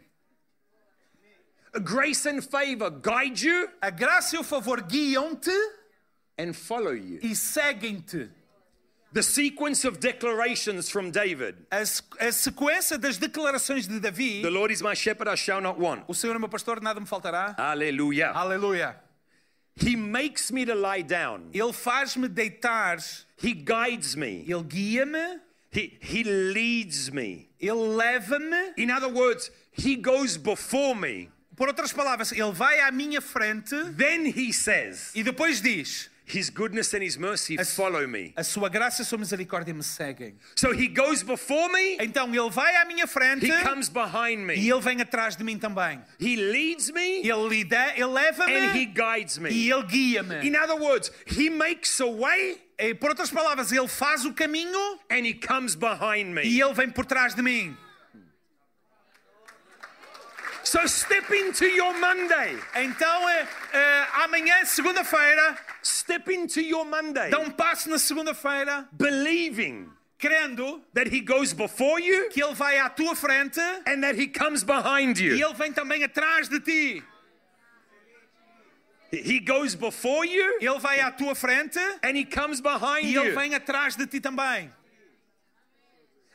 Speaker 2: Grace and favor guide you
Speaker 3: A graça e o favor guiam-te
Speaker 2: and follow you.
Speaker 3: e seguem-te.
Speaker 2: The sequence of declarations from David
Speaker 3: A, se- a sequência das declarações de
Speaker 2: The
Speaker 3: Davi:
Speaker 2: Lord is my shepherd, I shall not want.
Speaker 3: O Senhor é meu pastor, nada me faltará.
Speaker 2: Hallelujah.
Speaker 3: Aleluia.
Speaker 2: He makes me to lie down,
Speaker 3: Ele faz-me deitar,
Speaker 2: He guides me,
Speaker 3: ele guia-me,
Speaker 2: He, he leads me.
Speaker 3: ele leva-me.
Speaker 2: In other words, He goes before me.
Speaker 3: Por outras palavras, ele vai à minha frente
Speaker 2: Then He says,
Speaker 3: e depois diz:
Speaker 2: His goodness and His mercy
Speaker 3: As-
Speaker 2: follow me.
Speaker 3: A sua graça e a sua misericórdia me seguem.
Speaker 2: So He goes before me,
Speaker 3: Então ele vai à minha frente
Speaker 2: He comes behind
Speaker 3: e
Speaker 2: me,
Speaker 3: ele vem atrás de mim também.
Speaker 2: He leads me,
Speaker 3: Ele lida, ele
Speaker 2: and He
Speaker 3: leva-me
Speaker 2: guides
Speaker 3: e
Speaker 2: me.
Speaker 3: ele guia-me.
Speaker 2: In other words, He makes a way
Speaker 3: E, Por outras palavras, ele faz o caminho
Speaker 2: and He comes behind
Speaker 3: e
Speaker 2: me.
Speaker 3: ele vem por trás de mim.
Speaker 2: So step into your Monday.
Speaker 3: Então, eh, eh, amanhã, segunda-feira,
Speaker 2: Step into your Monday.
Speaker 3: dá um passo na segunda-feira,
Speaker 2: believing
Speaker 3: crendo
Speaker 2: that he goes before you
Speaker 3: que ele vai à tua frente
Speaker 2: and that he comes behind
Speaker 3: e
Speaker 2: you.
Speaker 3: ele vem também atrás de ti.
Speaker 2: He goes before you
Speaker 3: Ele vai à tua frente
Speaker 2: and he comes behind
Speaker 3: e ele
Speaker 2: you.
Speaker 3: vem atrás de ti também.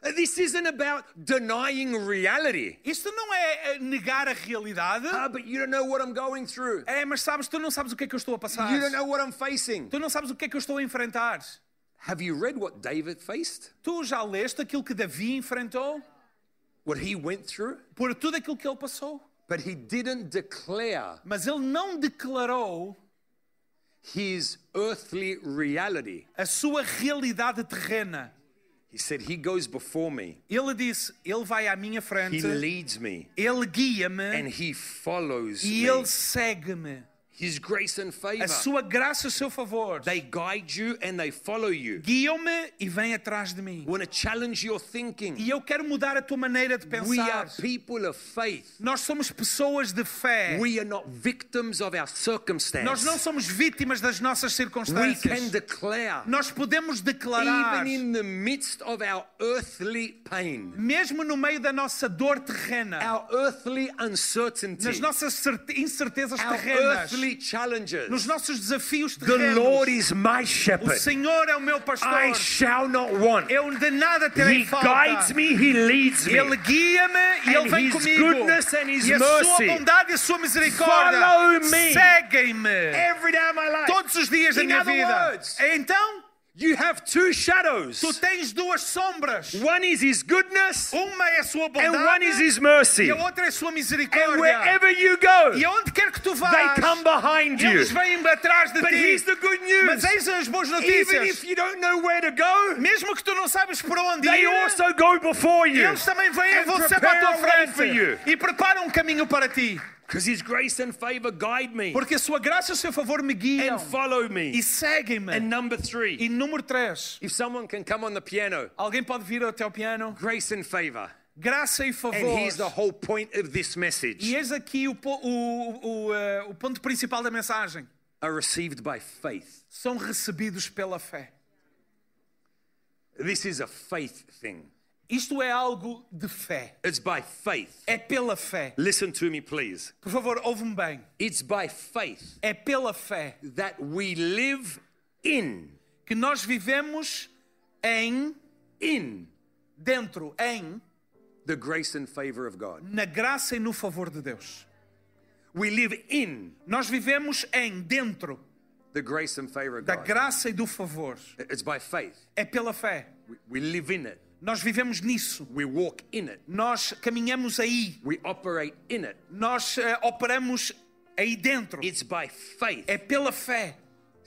Speaker 2: Uh, This isn't about denying reality.
Speaker 3: Isto não é eh, negar a realidade.
Speaker 2: Ah, but you don't know what I'm going through.
Speaker 3: É, mas sabes, tu não sabes o que é que eu estou a passar.
Speaker 2: You don't know what I'm facing.
Speaker 3: Tu não sabes o que é que eu estou a enfrentar.
Speaker 2: Have you read what David faced?
Speaker 3: Tu já leste aquilo que Davi enfrentou
Speaker 2: What he went through?
Speaker 3: por tudo aquilo que ele passou.
Speaker 2: But he didn't declare
Speaker 3: Mas ele não declarou
Speaker 2: his earthly reality.
Speaker 3: a sua realidade terrena.
Speaker 2: He said, He goes before me,
Speaker 3: Ele disse: Ele vai à minha
Speaker 2: He
Speaker 3: frente,
Speaker 2: leads me,
Speaker 3: ele
Speaker 2: and
Speaker 3: guia-me
Speaker 2: He follows
Speaker 3: e
Speaker 2: me.
Speaker 3: ele segue-me.
Speaker 2: His grace and favor.
Speaker 3: A sua graça, o seu favor.
Speaker 2: They guide you and they follow you.
Speaker 3: Guiam-me e vêm atrás de mim.
Speaker 2: We want to challenge your thinking.
Speaker 3: E eu quero mudar a tua maneira de
Speaker 2: We are
Speaker 3: pensar.
Speaker 2: people of faith.
Speaker 3: Nós somos pessoas de fé.
Speaker 2: We are not victims of our
Speaker 3: Nós não
Speaker 2: circumstance.
Speaker 3: somos vítimas das nossas
Speaker 2: We can
Speaker 3: circunstâncias.
Speaker 2: declare,
Speaker 3: Nós podemos declarar,
Speaker 2: even in the midst of our earthly pain,
Speaker 3: mesmo no meio da nossa dor terrena,
Speaker 2: our earthly
Speaker 3: nas
Speaker 2: uncertainty,
Speaker 3: nossas certe- incertezas
Speaker 2: our
Speaker 3: terrenas,
Speaker 2: earthly
Speaker 3: nos
Speaker 2: challenges.
Speaker 3: nossos desafios
Speaker 2: The Lord
Speaker 3: terrenos.
Speaker 2: is my
Speaker 3: O
Speaker 2: shepherd.
Speaker 3: Senhor é o meu
Speaker 2: I
Speaker 3: pastor.
Speaker 2: shall not want.
Speaker 3: Eu de nada terei
Speaker 2: He guides
Speaker 3: falta.
Speaker 2: me, He leads me.
Speaker 3: Ele guia-me
Speaker 2: And
Speaker 3: e Ele vem
Speaker 2: His
Speaker 3: comigo.
Speaker 2: goodness and His
Speaker 3: E a
Speaker 2: mercy.
Speaker 3: sua bondade e a sua misericórdia
Speaker 2: Follow me.
Speaker 3: seguem-me
Speaker 2: Every day of my life.
Speaker 3: todos os dias da
Speaker 2: In
Speaker 3: minha
Speaker 2: other
Speaker 3: vida.
Speaker 2: words,
Speaker 3: Então,
Speaker 2: You have two shadows.
Speaker 3: tu tens duas sombras.
Speaker 2: One is his goodness
Speaker 3: Uma é a sua
Speaker 2: and one is
Speaker 3: bondade
Speaker 2: his mercy.
Speaker 3: e a outra é a sua
Speaker 2: And
Speaker 3: misericórdia.
Speaker 2: wherever you go,
Speaker 3: E aonde quer que tu
Speaker 2: they
Speaker 3: vás,
Speaker 2: come behind you.
Speaker 3: eles vêm atrás de
Speaker 2: But here's
Speaker 3: ti.
Speaker 2: the good
Speaker 3: Mas
Speaker 2: news.
Speaker 3: eis as boas
Speaker 2: Even if
Speaker 3: notícias.
Speaker 2: you don't know where to go,
Speaker 3: Mesmo que tu não sabes por onde
Speaker 2: they
Speaker 3: ir,
Speaker 2: also go before you.
Speaker 3: Eles também vêm a
Speaker 2: And
Speaker 3: você para
Speaker 2: prepare
Speaker 3: a
Speaker 2: a
Speaker 3: tua
Speaker 2: way for you.
Speaker 3: frente e preparam um caminho para ti,
Speaker 2: Because his grace and favor guide me
Speaker 3: porque a sua graça e o seu favor me guiam
Speaker 2: and follow
Speaker 3: e
Speaker 2: me. And
Speaker 3: seguem-me.
Speaker 2: number
Speaker 3: E
Speaker 2: three,
Speaker 3: número 3,
Speaker 2: if someone can come on the piano,
Speaker 3: alguém pode vir até ao piano?
Speaker 2: grace and favor.
Speaker 3: Graça e
Speaker 2: And
Speaker 3: favor.
Speaker 2: here's the whole point of this
Speaker 3: E
Speaker 2: message
Speaker 3: eis aqui o, po- o- o, eh, o ponto principal da mensagem.
Speaker 2: are received by faith.
Speaker 3: São recebidos pela fé.
Speaker 2: This is a faith thing.
Speaker 3: Isto é algo de fé.
Speaker 2: It's by faith.
Speaker 3: É pela fé.
Speaker 2: Listen to me, please.
Speaker 3: Por favor, ouve-me bem.
Speaker 2: It's by faith
Speaker 3: É pela fé
Speaker 2: that we live in,
Speaker 3: que nós vivemos em,
Speaker 2: in
Speaker 3: dentro, em,
Speaker 2: the grace and favor of God.
Speaker 3: na graça e no favor de Deus.
Speaker 2: We live in
Speaker 3: Nós vivemos em, dentro
Speaker 2: the grace and favor of
Speaker 3: da
Speaker 2: God.
Speaker 3: graça e do favor.
Speaker 2: It's by faith.
Speaker 3: É pela fé.
Speaker 2: We- We live in it.
Speaker 3: Nós vivemos nisso.
Speaker 2: We walk in it.
Speaker 3: Nós caminhamos aí.
Speaker 2: We operate in it.
Speaker 3: Nós eh, operamos aí dentro.
Speaker 2: It's by faith.
Speaker 3: É pela fé.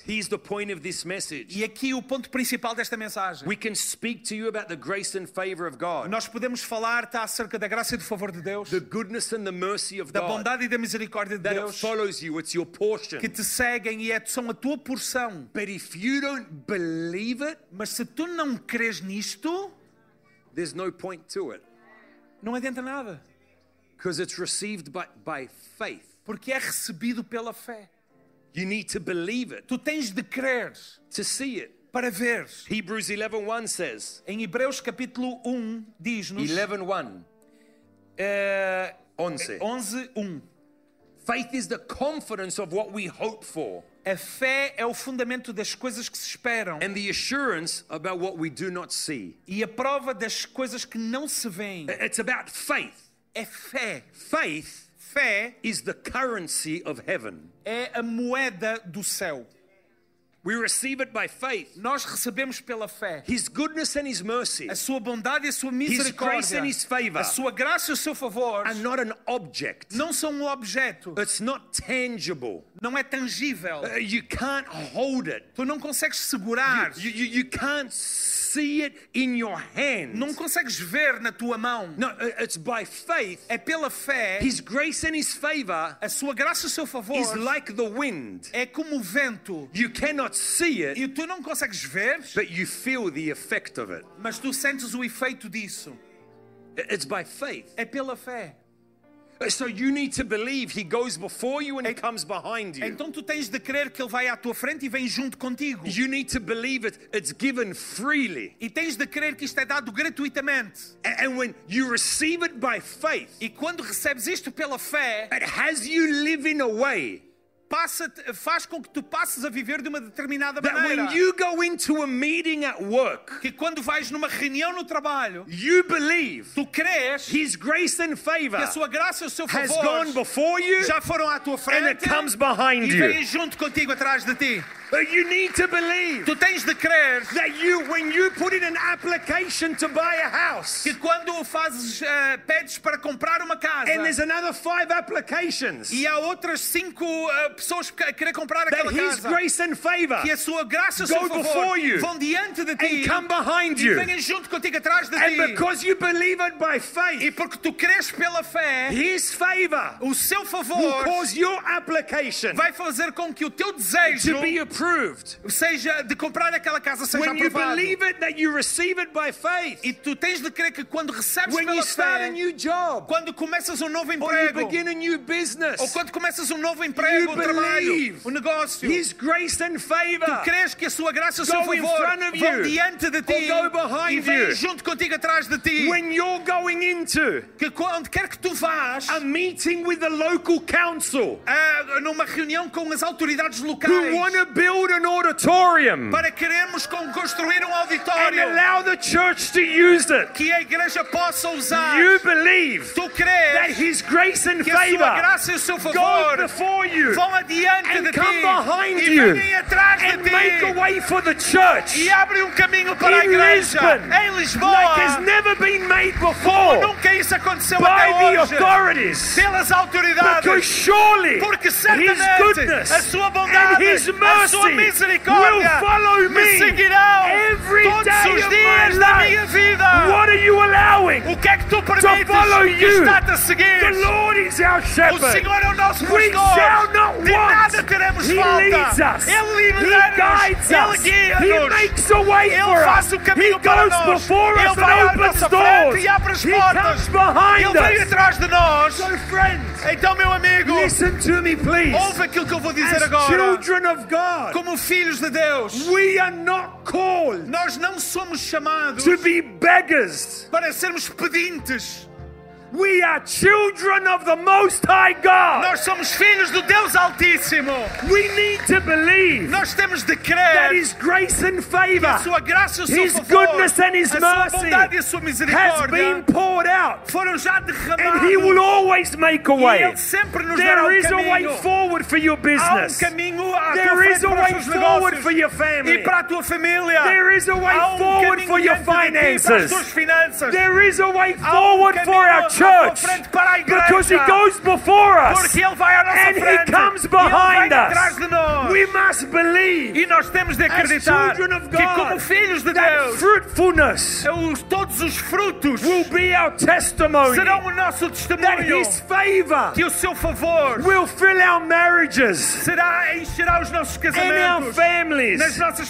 Speaker 2: Here's the point of this message.
Speaker 3: E aqui o ponto principal desta mensagem.
Speaker 2: We can speak to you about the grace and favor of God,
Speaker 3: Nós podemos falar tá, acerca da graça e do favor de Deus,
Speaker 2: the goodness and the mercy of
Speaker 3: da
Speaker 2: God
Speaker 3: bondade e da misericórdia de
Speaker 2: that it
Speaker 3: Deus
Speaker 2: follows you. It's your
Speaker 3: que
Speaker 2: portion.
Speaker 3: te seguem e é, são a tua porção.
Speaker 2: But if you don't believe it,
Speaker 3: Mas se tu não crês nisto,
Speaker 2: there's no point to it
Speaker 3: não adianta nada.
Speaker 2: because it's received by, by faith.
Speaker 3: Porque é recebido pela fé.
Speaker 2: You need to believe it
Speaker 3: Tu tens de crer
Speaker 2: to see it.
Speaker 3: para ver.
Speaker 2: Hebrews 11:1 says,
Speaker 3: Em Hebreus capítulo 1 diz-nos
Speaker 2: 11:1,
Speaker 3: eh,
Speaker 2: once.
Speaker 3: 11, 1.
Speaker 2: Faith is the confidence of what we hope for
Speaker 3: A fé é o fundamento das coisas que se esperam
Speaker 2: and the assurance about what we do not see.
Speaker 3: e a prova das coisas que não se veem.
Speaker 2: It's about faith.
Speaker 3: É fé.
Speaker 2: Faith
Speaker 3: Fé
Speaker 2: is the currency of heaven.
Speaker 3: é a moeda do céu.
Speaker 2: We receive it by faith.
Speaker 3: Nós recebemos pela fé
Speaker 2: His goodness and His mercy
Speaker 3: a sua bondade e a sua
Speaker 2: grace and his favor.
Speaker 3: misericórdia, a sua graça e o seu favor.
Speaker 2: are not an object.
Speaker 3: Não são um objeto,
Speaker 2: It's not tangible.
Speaker 3: não é tangível.
Speaker 2: Uh, You can't hold it. Ah,
Speaker 3: Tu não consegues segurar,
Speaker 2: You, you, you can't see it in your hand.
Speaker 3: não consegues ver na tua mão.
Speaker 2: No, uh, it's by faith.
Speaker 3: É pela fé,
Speaker 2: His grace and His favor
Speaker 3: a sua graça e o seu favor
Speaker 2: is like the wind.
Speaker 3: é como o vento.
Speaker 2: You cannot see it,
Speaker 3: E tu não consegues ver,
Speaker 2: but you feel the effect of it.
Speaker 3: mas tu sentes o efeito disso.
Speaker 2: I- It's by faith.
Speaker 3: É pela fé.
Speaker 2: Uh, So you need to believe He goes before you and He comes behind you.
Speaker 3: Então tu tens de crer que Ele vai à tua frente e vem junto contigo.
Speaker 2: You need to believe it. It's given freely.
Speaker 3: E tens de crer que isto é dado gratuitamente.
Speaker 2: A- And when you receive it by faith,
Speaker 3: E quando recebes isto pela fé,
Speaker 2: it has you live in a way
Speaker 3: passa faz com que tu passes a viver de uma determinada
Speaker 2: that
Speaker 3: maneira.
Speaker 2: when you go into a meeting at work,
Speaker 3: Que quando vais numa reunião no trabalho,
Speaker 2: you believe
Speaker 3: tu crês que
Speaker 2: His grace and favor
Speaker 3: a sua graça e o seu
Speaker 2: has
Speaker 3: favor
Speaker 2: gone before you
Speaker 3: já foram à tua
Speaker 2: and it
Speaker 3: frente
Speaker 2: comes behind
Speaker 3: e
Speaker 2: you.
Speaker 3: vêm junto contigo atrás de ti.
Speaker 2: But you need to believe
Speaker 3: Tu tens de crer
Speaker 2: that you, when you put in an application to buy a house,
Speaker 3: que quando fazes eh, pedes para comprar uma casa
Speaker 2: and there's another five applications,
Speaker 3: e há outras cinco eh, pessoas que- a querer comprar
Speaker 2: that
Speaker 3: aquela
Speaker 2: His
Speaker 3: casa
Speaker 2: grace and favor
Speaker 3: que a sua graça e
Speaker 2: go
Speaker 3: o seu favor
Speaker 2: before you
Speaker 3: vão diante de ti
Speaker 2: and come behind
Speaker 3: e
Speaker 2: you.
Speaker 3: venham junto contigo atrás de
Speaker 2: And
Speaker 3: ti.
Speaker 2: because you believe it by
Speaker 3: E
Speaker 2: faith,
Speaker 3: porque tu crês pela fé,
Speaker 2: His favor
Speaker 3: o seu
Speaker 2: will
Speaker 3: favor
Speaker 2: cause your application
Speaker 3: vai fazer com que o teu desejo
Speaker 2: to be approved.
Speaker 3: seja de comprar aquela casa seja
Speaker 2: When you
Speaker 3: aprovado.
Speaker 2: believe it, that you receive it by faith.
Speaker 3: E tu tens de crer que quando recebes
Speaker 2: When you
Speaker 3: pela
Speaker 2: start
Speaker 3: fé,
Speaker 2: a new job
Speaker 3: quando começas um novo
Speaker 2: or you
Speaker 3: emprego,
Speaker 2: begin a new
Speaker 3: ou
Speaker 2: business,
Speaker 3: quando começas um novo emprego, um trabalho,
Speaker 2: believe
Speaker 3: um negócio,
Speaker 2: His grace and favor
Speaker 3: crês que a sua graça e o seu
Speaker 2: Go in
Speaker 3: favor
Speaker 2: front of
Speaker 3: vão
Speaker 2: you.
Speaker 3: diante de ti
Speaker 2: Or go behind
Speaker 3: e vêm
Speaker 2: you.
Speaker 3: junto contigo atrás de ti.
Speaker 2: when you're going into
Speaker 3: que co- onde quer que tu vás,
Speaker 2: a meeting with the local council
Speaker 3: ah, numa reunião com as autoridades
Speaker 2: who
Speaker 3: locais,
Speaker 2: want to build an auditorium
Speaker 3: para queremos con- construir um
Speaker 2: and
Speaker 3: auditório
Speaker 2: allow the church to use it,
Speaker 3: que a igreja possa usar.
Speaker 2: you believe
Speaker 3: tu
Speaker 2: that
Speaker 3: crês
Speaker 2: His grace and
Speaker 3: que a sua
Speaker 2: favor
Speaker 3: graça e o seu
Speaker 2: go
Speaker 3: favor
Speaker 2: before you
Speaker 3: vão adiante
Speaker 2: and
Speaker 3: de
Speaker 2: come
Speaker 3: ti
Speaker 2: behind
Speaker 3: e
Speaker 2: you
Speaker 3: venham atrás
Speaker 2: and
Speaker 3: de
Speaker 2: make a
Speaker 3: ti
Speaker 2: way for the church
Speaker 3: e abrem um caminho para a
Speaker 2: in
Speaker 3: igreja
Speaker 2: Lisbon
Speaker 3: em
Speaker 2: like has
Speaker 3: Lisboa.
Speaker 2: never been made before
Speaker 3: Nunca isso aconteceu
Speaker 2: by
Speaker 3: até
Speaker 2: the
Speaker 3: hoje
Speaker 2: authorities.
Speaker 3: pelas
Speaker 2: Because
Speaker 3: autoridades.
Speaker 2: surely
Speaker 3: Porque
Speaker 2: His
Speaker 3: certamente
Speaker 2: goodness
Speaker 3: a sua
Speaker 2: and
Speaker 3: bondade,
Speaker 2: His
Speaker 3: a sua
Speaker 2: mercy will
Speaker 3: misericórdia
Speaker 2: follow
Speaker 3: me
Speaker 2: me
Speaker 3: seguirão
Speaker 2: every
Speaker 3: todos
Speaker 2: day
Speaker 3: os
Speaker 2: of my
Speaker 3: dias da minha
Speaker 2: life.
Speaker 3: vida.
Speaker 2: What are you allowing?
Speaker 3: O que é que tu
Speaker 2: follow
Speaker 3: permites que
Speaker 2: you.
Speaker 3: está-te
Speaker 2: The
Speaker 3: a seguir?
Speaker 2: Lord is our
Speaker 3: O Senhor
Speaker 2: shepherd.
Speaker 3: é o nosso
Speaker 2: We shall
Speaker 3: pastor.
Speaker 2: not
Speaker 3: De nada
Speaker 2: want.
Speaker 3: teremos
Speaker 2: He leads
Speaker 3: falta.
Speaker 2: us.
Speaker 3: Ele
Speaker 2: He guides
Speaker 3: lidera-nos.
Speaker 2: us.
Speaker 3: Ele
Speaker 2: He
Speaker 3: guia-nos.
Speaker 2: makes a way
Speaker 3: Ele
Speaker 2: for
Speaker 3: faz
Speaker 2: us.
Speaker 3: o
Speaker 2: He
Speaker 3: caminho para
Speaker 2: goes
Speaker 3: nós.
Speaker 2: before
Speaker 3: Ele
Speaker 2: us
Speaker 3: vai à
Speaker 2: and opens
Speaker 3: nossa frente e abre
Speaker 2: doors.
Speaker 3: as
Speaker 2: He comes
Speaker 3: portas.
Speaker 2: behind
Speaker 3: Ele veio
Speaker 2: us.
Speaker 3: atrás de nós.
Speaker 2: So friends,
Speaker 3: Então, meu amigo,
Speaker 2: listen to me please.
Speaker 3: ouve aquilo que eu vou dizer
Speaker 2: As
Speaker 3: agora.
Speaker 2: children of God,
Speaker 3: Como filhos de Deus,
Speaker 2: we are not called
Speaker 3: nós não somos chamados
Speaker 2: to be beggars,
Speaker 3: para sermos pedintes,
Speaker 2: We are children of the Most High God.
Speaker 3: Nós somos filhos do Deus Altíssimo.
Speaker 2: We need to believe
Speaker 3: Nós temos de
Speaker 2: that
Speaker 3: crer
Speaker 2: His grace and
Speaker 3: que a
Speaker 2: favor,
Speaker 3: sua graça e o seu
Speaker 2: His
Speaker 3: favor,
Speaker 2: goodness and His
Speaker 3: a sua
Speaker 2: mercy
Speaker 3: bondade e a sua
Speaker 2: has been
Speaker 3: misericórdia
Speaker 2: poured out.
Speaker 3: foram já derramados.
Speaker 2: And He will always make a
Speaker 3: e
Speaker 2: way.
Speaker 3: Ele sempre nos dará
Speaker 2: There
Speaker 3: um
Speaker 2: is a way
Speaker 3: caminho.
Speaker 2: forward for your
Speaker 3: Há um
Speaker 2: business.
Speaker 3: caminho à tua
Speaker 2: There is
Speaker 3: frente
Speaker 2: a
Speaker 3: para os
Speaker 2: way
Speaker 3: teus
Speaker 2: forward
Speaker 3: negócios
Speaker 2: for your
Speaker 3: e
Speaker 2: family.
Speaker 3: para a tua família.
Speaker 2: There is a way
Speaker 3: Há um
Speaker 2: forward
Speaker 3: caminho
Speaker 2: for your
Speaker 3: diante de ti, para as
Speaker 2: finances.
Speaker 3: tuas finanças.
Speaker 2: There is a way
Speaker 3: Há um
Speaker 2: forward for
Speaker 3: caminho à
Speaker 2: our
Speaker 3: tua
Speaker 2: church
Speaker 3: frente para a igreja.
Speaker 2: because He goes before us
Speaker 3: Porque Ele vai à nossa
Speaker 2: and
Speaker 3: frente.
Speaker 2: He comes
Speaker 3: e ele
Speaker 2: behind
Speaker 3: vem atrás
Speaker 2: us.
Speaker 3: de nós.
Speaker 2: We must believe
Speaker 3: E nós temos de acreditar
Speaker 2: As children of
Speaker 3: que
Speaker 2: God,
Speaker 3: como filhos de
Speaker 2: that
Speaker 3: Deus,
Speaker 2: fruitfulness
Speaker 3: os- todos os frutos
Speaker 2: will be our testimony,
Speaker 3: serão o nosso
Speaker 2: that
Speaker 3: testemunho.
Speaker 2: His favor
Speaker 3: Que o seu favor
Speaker 2: will fill our marriages
Speaker 3: será encherá os nossos
Speaker 2: and our
Speaker 3: casamentos, nas
Speaker 2: families,
Speaker 3: nossas
Speaker 2: and He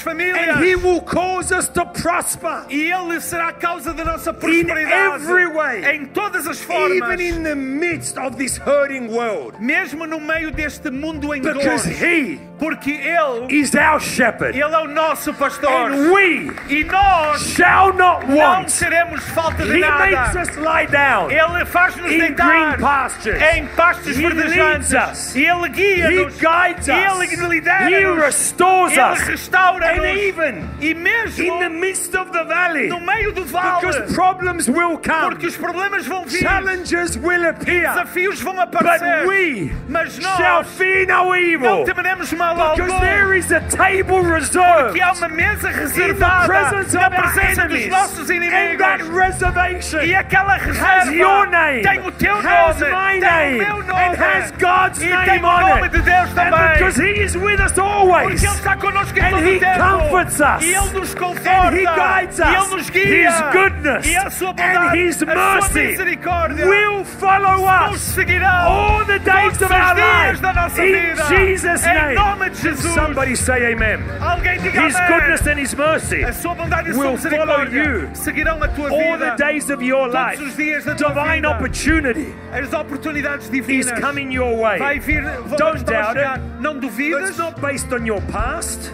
Speaker 3: famílias.
Speaker 2: will cause us to prosper.
Speaker 3: E Ele será a causa da nossa prosperidade.
Speaker 2: every way.
Speaker 3: em todas as
Speaker 2: Even
Speaker 3: formas.
Speaker 2: in the midst of this hurting world,
Speaker 3: mesmo no meio deste mundo em dor.
Speaker 2: because He
Speaker 3: Porque Ele,
Speaker 2: is our shepherd,
Speaker 3: Ele é o nosso pastor.
Speaker 2: and we
Speaker 3: E nós
Speaker 2: shall not
Speaker 3: não
Speaker 2: want.
Speaker 3: teremos falta de
Speaker 2: He makes
Speaker 3: nada.
Speaker 2: us lie down
Speaker 3: Ele faz-nos
Speaker 2: in
Speaker 3: deitar
Speaker 2: green pastures.
Speaker 3: em pastos
Speaker 2: He
Speaker 3: verdejantes.
Speaker 2: leads us.
Speaker 3: E Ele
Speaker 2: He
Speaker 3: guia-nos.
Speaker 2: guides us.
Speaker 3: Ele lidera
Speaker 2: He restores
Speaker 3: Ele
Speaker 2: us. And
Speaker 3: restaura-nos.
Speaker 2: even
Speaker 3: E mesmo
Speaker 2: in the midst of the valley,
Speaker 3: no meio do vale,
Speaker 2: because problems will
Speaker 3: porque
Speaker 2: come,
Speaker 3: os problemas vão vir,
Speaker 2: challenges will appear,
Speaker 3: desafios vão
Speaker 2: but
Speaker 3: aparecer.
Speaker 2: we
Speaker 3: Mas nós
Speaker 2: shall fear no
Speaker 3: não
Speaker 2: evil.
Speaker 3: temeremos mal algum.
Speaker 2: Because there is a table reserved
Speaker 3: que há uma mesa
Speaker 2: in the
Speaker 3: reservada
Speaker 2: presence
Speaker 3: na
Speaker 2: of our
Speaker 3: presença dos
Speaker 2: enemies.
Speaker 3: nossos
Speaker 2: And that
Speaker 3: inimigos. E
Speaker 2: reservation
Speaker 3: aquela
Speaker 2: has your
Speaker 3: reserva
Speaker 2: name,
Speaker 3: tem o teu
Speaker 2: has
Speaker 3: nome,
Speaker 2: my
Speaker 3: tem o
Speaker 2: name,
Speaker 3: meu
Speaker 2: and has
Speaker 3: nome.
Speaker 2: God's
Speaker 3: E tem
Speaker 2: name
Speaker 3: o
Speaker 2: on
Speaker 3: nome
Speaker 2: it.
Speaker 3: de Deus
Speaker 2: And because
Speaker 3: também.
Speaker 2: He is with us
Speaker 3: Porque
Speaker 2: always.
Speaker 3: Ele está connosco em
Speaker 2: And
Speaker 3: todo
Speaker 2: He
Speaker 3: o
Speaker 2: comforts
Speaker 3: tempo.
Speaker 2: us.
Speaker 3: E Ele nos
Speaker 2: And He guides
Speaker 3: conforta. E Ele nos
Speaker 2: us.
Speaker 3: guia.
Speaker 2: His goodness
Speaker 3: E a sua
Speaker 2: and
Speaker 3: bondade,
Speaker 2: His
Speaker 3: a sua
Speaker 2: mercy
Speaker 3: misericórdia
Speaker 2: will follow
Speaker 3: nos
Speaker 2: us
Speaker 3: seguirão
Speaker 2: all the days
Speaker 3: todos
Speaker 2: of
Speaker 3: os
Speaker 2: our
Speaker 3: dias
Speaker 2: lives.
Speaker 3: da nossa
Speaker 2: In
Speaker 3: vida.
Speaker 2: Jesus'
Speaker 3: Em
Speaker 2: name.
Speaker 3: nome de Jesus.
Speaker 2: Somebody say amen.
Speaker 3: Alguém diga
Speaker 2: His
Speaker 3: amém.
Speaker 2: goodness and His mercy
Speaker 3: A sua bondade e a sua
Speaker 2: will follow
Speaker 3: misericórdia
Speaker 2: you
Speaker 3: seguirão a tua
Speaker 2: all the
Speaker 3: vida.
Speaker 2: days of your
Speaker 3: Todos
Speaker 2: life.
Speaker 3: os dias da tua
Speaker 2: Divine
Speaker 3: vida.
Speaker 2: opportunity
Speaker 3: As oportunidades
Speaker 2: is
Speaker 3: divinas
Speaker 2: coming your
Speaker 3: vai
Speaker 2: way.
Speaker 3: vir, vão
Speaker 2: Don't
Speaker 3: estar a
Speaker 2: doubt
Speaker 3: chegar.
Speaker 2: it.
Speaker 3: Não duvidas,
Speaker 2: It's not based on your past.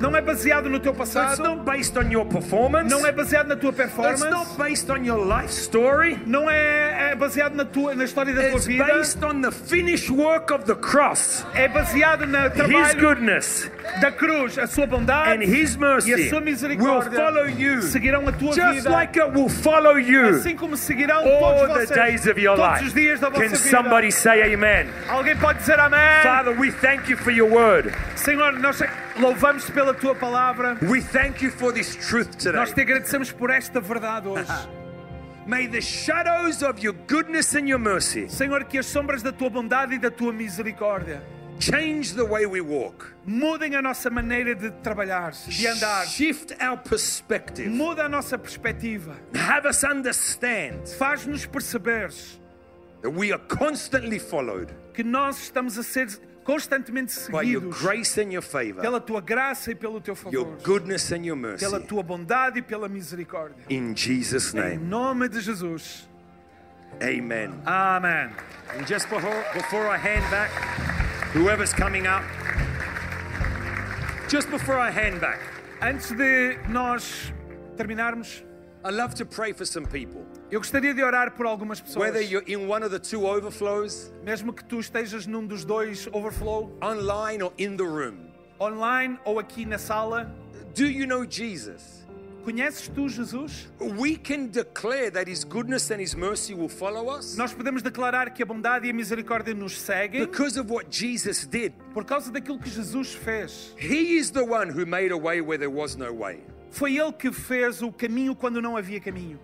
Speaker 3: não é baseado Ah, no teu
Speaker 2: It's
Speaker 3: passado,
Speaker 2: not based on your performance.
Speaker 3: não é baseado na tua
Speaker 2: It's
Speaker 3: performance,
Speaker 2: not based on your life story.
Speaker 3: não é, é baseado na, tua, na história da tua
Speaker 2: It's
Speaker 3: vida,
Speaker 2: based on the finished work of the cross,
Speaker 3: é baseado no
Speaker 2: His
Speaker 3: trabalho
Speaker 2: goodness,
Speaker 3: da cruz, a sua
Speaker 2: and
Speaker 3: bondade
Speaker 2: His
Speaker 3: e a
Speaker 2: mercy
Speaker 3: sua
Speaker 2: will
Speaker 3: misericórdia
Speaker 2: follow you,
Speaker 3: seguirão a tua
Speaker 2: just
Speaker 3: vida,
Speaker 2: like it will follow you
Speaker 3: assim como seguirão
Speaker 2: all
Speaker 3: todos
Speaker 2: the
Speaker 3: vocês,
Speaker 2: days of your
Speaker 3: todos
Speaker 2: life.
Speaker 3: os dias da vossa
Speaker 2: Can
Speaker 3: vida.
Speaker 2: somebody say Amen?
Speaker 3: Alguém pode dizer amém?
Speaker 2: Father, we thank you for your word.
Speaker 3: Senhor, nós louvamos-te pela tua palavra,
Speaker 4: We thank you for this truth today.
Speaker 3: nós te agradecemos por esta verdade hoje.
Speaker 4: May the shadows of your goodness and your mercy
Speaker 3: Senhor, que as sombras da tua bondade e da tua misericórdia
Speaker 4: change the way we walk,
Speaker 3: mudem a nossa maneira de trabalhar, de andar,
Speaker 4: shift our perspective,
Speaker 3: muda a nossa perspectiva,
Speaker 4: have us understand
Speaker 3: faz-nos perceber
Speaker 4: that we are constantly followed
Speaker 3: que nós estamos a ser constantemente
Speaker 4: by your
Speaker 3: seguidos
Speaker 4: grace and your favor,
Speaker 3: pela tua graça e pelo teu
Speaker 4: your
Speaker 3: favor,
Speaker 4: goodness and your mercy.
Speaker 3: pela tua bondade e pela misericórdia.
Speaker 4: In Jesus'
Speaker 3: Em
Speaker 4: name,
Speaker 3: nome de Jesus.
Speaker 4: amen.
Speaker 3: Amém.
Speaker 4: And just before, before I hand back, whoever's coming up, just before I hand back,
Speaker 3: Antes de nós terminarmos,
Speaker 4: I love to pray for some people.
Speaker 3: eu gostaria de orar por algumas
Speaker 4: Whether
Speaker 3: pessoas,
Speaker 4: you're in one of the two overflows,
Speaker 3: mesmo que tu estejas num dos dois overflow,
Speaker 4: online or in the room,
Speaker 3: online ou aqui na sala.
Speaker 4: do you know Jesus?
Speaker 3: Conheces tu Jesus?
Speaker 4: We can declare that His goodness and His mercy will follow us
Speaker 3: Nós podemos declarar que a bondade e a misericórdia nos seguem
Speaker 4: because of what Jesus did.
Speaker 3: por causa daquilo que Jesus fez.
Speaker 4: He is the one who made a way where there was no way.
Speaker 3: Foi Ele que fez o caminho quando não havia caminho.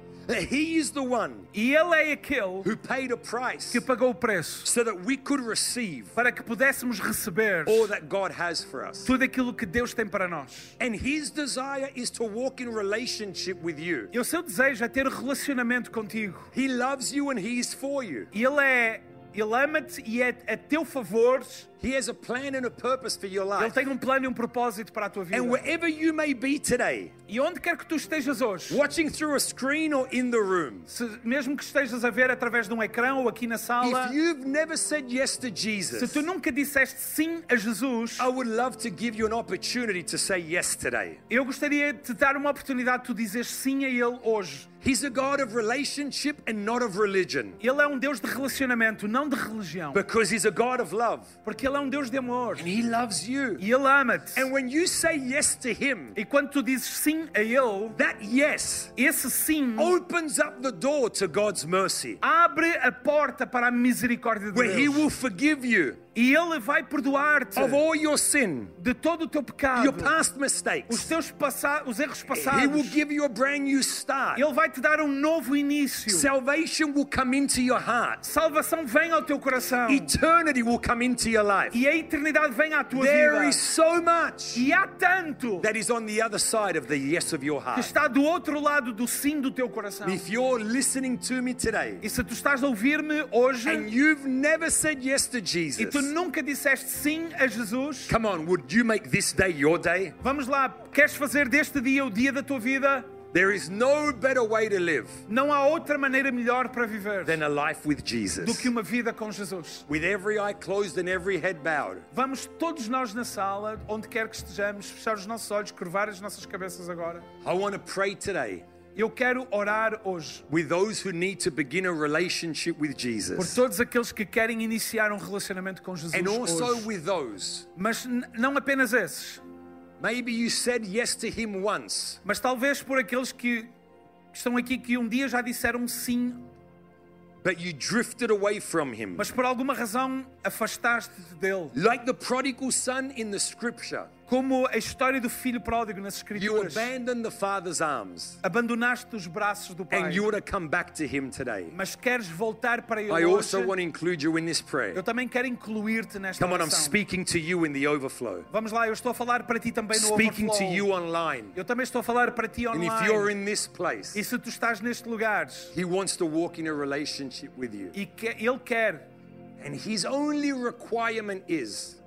Speaker 4: He is the one
Speaker 3: E Ele é aquele
Speaker 4: who paid a price
Speaker 3: que pagou o preço
Speaker 4: so that we could receive
Speaker 3: para que pudéssemos receber
Speaker 4: all that God has for us.
Speaker 3: tudo aquilo que Deus tem para nós.
Speaker 4: And his desire is to walk in relationship with you.
Speaker 3: E o seu desejo é ter relacionamento contigo.
Speaker 4: He loves you and he's for you.
Speaker 3: E Ele é, Ele ama-te e é a teu favor
Speaker 2: He has a plan and a purpose for your
Speaker 3: Ele
Speaker 2: life.
Speaker 3: tem um plano e um propósito para a tua vida.
Speaker 2: And wherever you may be today,
Speaker 3: E onde quer que tu estejas hoje,
Speaker 2: watching through a screen or in the room,
Speaker 3: se, mesmo que estejas a ver através de um ecrã ou aqui na sala,
Speaker 2: if you've never said yes to
Speaker 3: se
Speaker 2: Jesus,
Speaker 3: tu nunca disseste sim a Jesus,
Speaker 2: I would love to give you an opportunity to say yes today.
Speaker 3: eu gostaria de te dar uma oportunidade de tu dizeres sim a Ele hoje.
Speaker 2: He's a God of relationship and not of religion,
Speaker 3: Ele é um Deus de relacionamento, não de religião.
Speaker 2: because He's a God of love
Speaker 3: Porque Ele é um Deus de amor.
Speaker 2: and He loves you.
Speaker 3: E Ele ama-te.
Speaker 2: And when you say yes to Him,
Speaker 3: E quando tu dizes sim a Ele,
Speaker 2: that yes
Speaker 3: esse sim
Speaker 2: opens up the door to God's mercy,
Speaker 3: abre a porta para a misericórdia de
Speaker 2: where He
Speaker 3: Deus.
Speaker 2: will forgive you
Speaker 3: E Ele vai perdoar-te
Speaker 2: of all your sin,
Speaker 3: de todo o teu
Speaker 2: oh. your
Speaker 3: pecado,
Speaker 2: past
Speaker 3: os
Speaker 2: mistakes.
Speaker 3: teus passa os erros
Speaker 2: He will
Speaker 3: passados.
Speaker 2: give you a brand new start.
Speaker 3: Ele vai te dar um novo início.
Speaker 2: Salvation will come into your heart.
Speaker 3: Salvação vem ao teu coração
Speaker 2: Eternity will come into your life.
Speaker 3: e a eternidade vem à tua
Speaker 2: There
Speaker 3: vida.
Speaker 2: is so much
Speaker 3: E há tanto
Speaker 2: that is on the other side of the yes of your
Speaker 3: que
Speaker 2: heart.
Speaker 3: está do outro lado do sim do teu coração.
Speaker 2: If you're listening to me today
Speaker 3: E se tu estás a ouvir-me hoje
Speaker 2: and you've never said yes to
Speaker 3: e tu
Speaker 2: Jesus,
Speaker 3: nunca disseste sim a Jesus,
Speaker 2: come on, would you make this day your day?
Speaker 3: vamos lá, queres fazer deste dia o dia da tua vida?
Speaker 2: There is no better way to live
Speaker 3: Não há outra maneira melhor para viver
Speaker 2: than a life with
Speaker 3: do
Speaker 2: Jesus.
Speaker 3: que uma vida com Jesus.
Speaker 2: With every eye closed and every head bowed,
Speaker 3: Vamos todos nós na sala, onde quer que estejamos, fechar os nossos olhos, curvar as nossas cabeças agora.
Speaker 2: I want to pray today
Speaker 3: Eu quero orar hoje
Speaker 2: with those who need to begin a relationship with
Speaker 3: por
Speaker 2: Jesus
Speaker 3: todos aqueles que querem iniciar um relacionamento com Jesus
Speaker 2: and also
Speaker 3: hoje.
Speaker 2: with those
Speaker 3: Mas n- não apenas esses,
Speaker 2: Maybe you said yes to him once,
Speaker 3: mas talvez por aqueles que que estão aqui que um dia já disseram sim,
Speaker 2: but you drifted away from him.
Speaker 3: mas por alguma razão afastaste-te dele.
Speaker 2: Like the prodigal son in the scripture,
Speaker 3: Como a história do filho pródigo nas
Speaker 2: you
Speaker 3: Escrituras.
Speaker 2: abandoned the father's arms
Speaker 3: Abandonaste os braços do pai.
Speaker 2: and you want to come back to him today.
Speaker 3: mas queres voltar para ele
Speaker 2: I
Speaker 3: hoje,
Speaker 2: also want to include you in this
Speaker 3: eu
Speaker 2: prayer.
Speaker 3: também quero incluir-te nesta
Speaker 2: Come on, I'm
Speaker 3: oração.
Speaker 2: speaking to you in the overflow,
Speaker 3: Vamos lá, eu estou a falar para ti também no
Speaker 2: speaking to
Speaker 3: overflow.
Speaker 2: you online.
Speaker 3: Eu também estou a falar para ti
Speaker 2: And if you're
Speaker 3: online.
Speaker 2: in this
Speaker 3: E
Speaker 2: place,
Speaker 3: se tu estás neste lugar
Speaker 2: he wants to walk in a relationship with you.
Speaker 3: e que ele quer,
Speaker 2: And his only requirement is,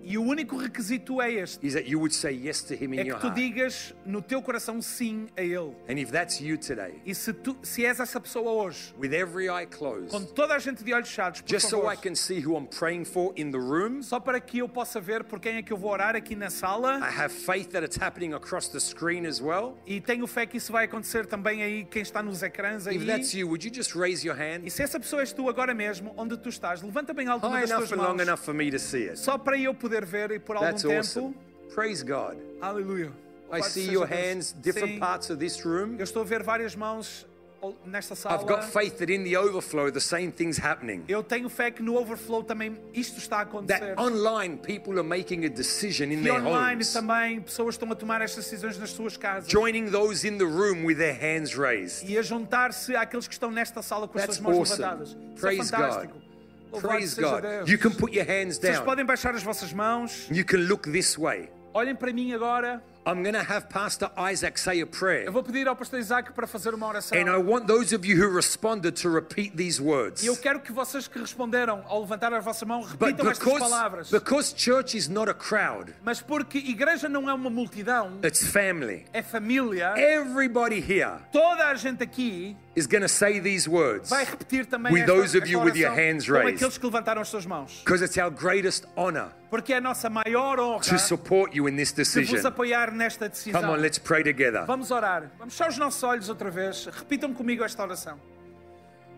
Speaker 3: e o único requisito é este,
Speaker 2: is that you would say yes to him
Speaker 3: é
Speaker 2: in your
Speaker 3: que tu
Speaker 2: heart.
Speaker 3: digas no teu coração sim a ele.
Speaker 2: And if that's you today,
Speaker 3: E se tu se és essa pessoa hoje,
Speaker 2: with every eye closed,
Speaker 3: com toda a gente de olhos fechados, por
Speaker 2: Just so
Speaker 3: favor,
Speaker 2: I can see who I'm praying for in the rooms.
Speaker 3: só para que eu possa ver por quem é que eu vou orar aqui na
Speaker 2: I
Speaker 3: sala.
Speaker 2: have faith that it's happening across the screen as well.
Speaker 3: E tenho fé que isso vai acontecer também aí, quem está nos ecrãs aí.
Speaker 2: If that's you, would you just raise your
Speaker 3: E
Speaker 2: hand?
Speaker 3: se essa pessoa és tu agora mesmo, onde tu estás, levanta bem alto uma
Speaker 2: High
Speaker 3: das
Speaker 2: Oh, enough
Speaker 3: tuas
Speaker 2: and long
Speaker 3: mãos,
Speaker 2: enough for me to see it.
Speaker 3: só para eu poder ver e por algum
Speaker 2: That's
Speaker 3: tempo.
Speaker 2: awesome. Praise God.
Speaker 3: Aleluia.
Speaker 2: I
Speaker 3: Louvado
Speaker 2: see
Speaker 3: seja
Speaker 2: your
Speaker 3: Deus.
Speaker 2: hands, different
Speaker 3: Sim,
Speaker 2: parts of this
Speaker 3: Eu
Speaker 2: room.
Speaker 3: estou a ver várias mãos o- nesta sala.
Speaker 2: I've got faith that in the overflow, the same thing's happening.
Speaker 3: Eu tenho fé que no overflow também isto está a acontecer.
Speaker 2: That online, people are making a decision in
Speaker 3: e
Speaker 2: their
Speaker 3: online
Speaker 2: homes,
Speaker 3: também pessoas estão a tomar estas decisões nas suas casas
Speaker 2: joining those in the room with their hands raised.
Speaker 3: e a juntar-se àqueles que estão nesta sala com as
Speaker 2: That's
Speaker 3: suas mãos
Speaker 2: awesome.
Speaker 3: levantadas. Isso é
Speaker 2: Praise God.
Speaker 3: fantástico. Louvado
Speaker 2: Praise
Speaker 3: seja
Speaker 2: God.
Speaker 3: Deus.
Speaker 2: You can put your hands
Speaker 3: Vocês
Speaker 2: down.
Speaker 3: podem baixar as vossas mãos.
Speaker 2: You can look this way.
Speaker 3: Olhem para mim agora.
Speaker 2: I'm going to have Pastor Isaac say a prayer.
Speaker 3: Eu vou pedir ao pastor Isaac para fazer uma oração.
Speaker 2: And I want those of you who responded to repeat these words.
Speaker 3: E eu quero que vocês que responderam ao levantar a vossa mão
Speaker 2: But
Speaker 3: repitam estas palavras.
Speaker 2: because, because church is not a crowd,
Speaker 3: Mas porque igreja não é uma multidão,
Speaker 2: it's family.
Speaker 3: é família.
Speaker 2: Everybody here
Speaker 3: Toda a gente aqui
Speaker 2: is going to say these words
Speaker 3: vai repetir também
Speaker 2: With
Speaker 3: esta,
Speaker 2: those of
Speaker 3: esta
Speaker 2: you with your
Speaker 3: oração
Speaker 2: hands
Speaker 3: com
Speaker 2: raised.
Speaker 3: aqueles que levantaram as suas mãos.
Speaker 2: because it's our greatest honor
Speaker 3: Porque é a nossa maior honra
Speaker 2: to support you in this
Speaker 3: de vos
Speaker 2: decision.
Speaker 3: apoiar nesta decisão.
Speaker 2: Come on, let's pray together.
Speaker 3: Vamos orar. Vamos fechar os nossos olhos outra vez. Repitam comigo esta oração.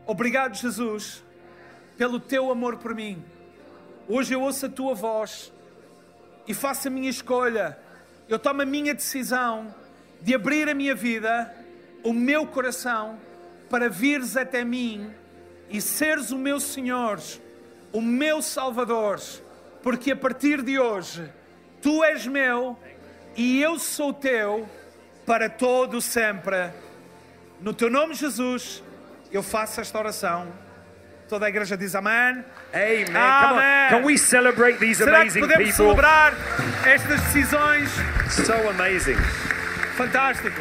Speaker 3: Obrigado, Jesus, pelo teu amor por mim. Hoje eu ouço a tua voz e faço a minha escolha. Eu tomo a minha decisão de abrir a minha vida, o meu coração, para vires até mim e seres o meu Senhor, o meu Salvador, porque a partir de hoje tu és meu e eu sou teu para todo o sempre. No teu nome, Jesus, eu faço esta oração. Toda a igreja diz amém.
Speaker 2: Amen. Come on.
Speaker 3: Amen.
Speaker 2: Can we celebrate these
Speaker 3: Será que
Speaker 2: amazing
Speaker 3: podemos
Speaker 2: people?
Speaker 3: celebrar estas decisões?
Speaker 2: So amazing.
Speaker 3: Fantástico.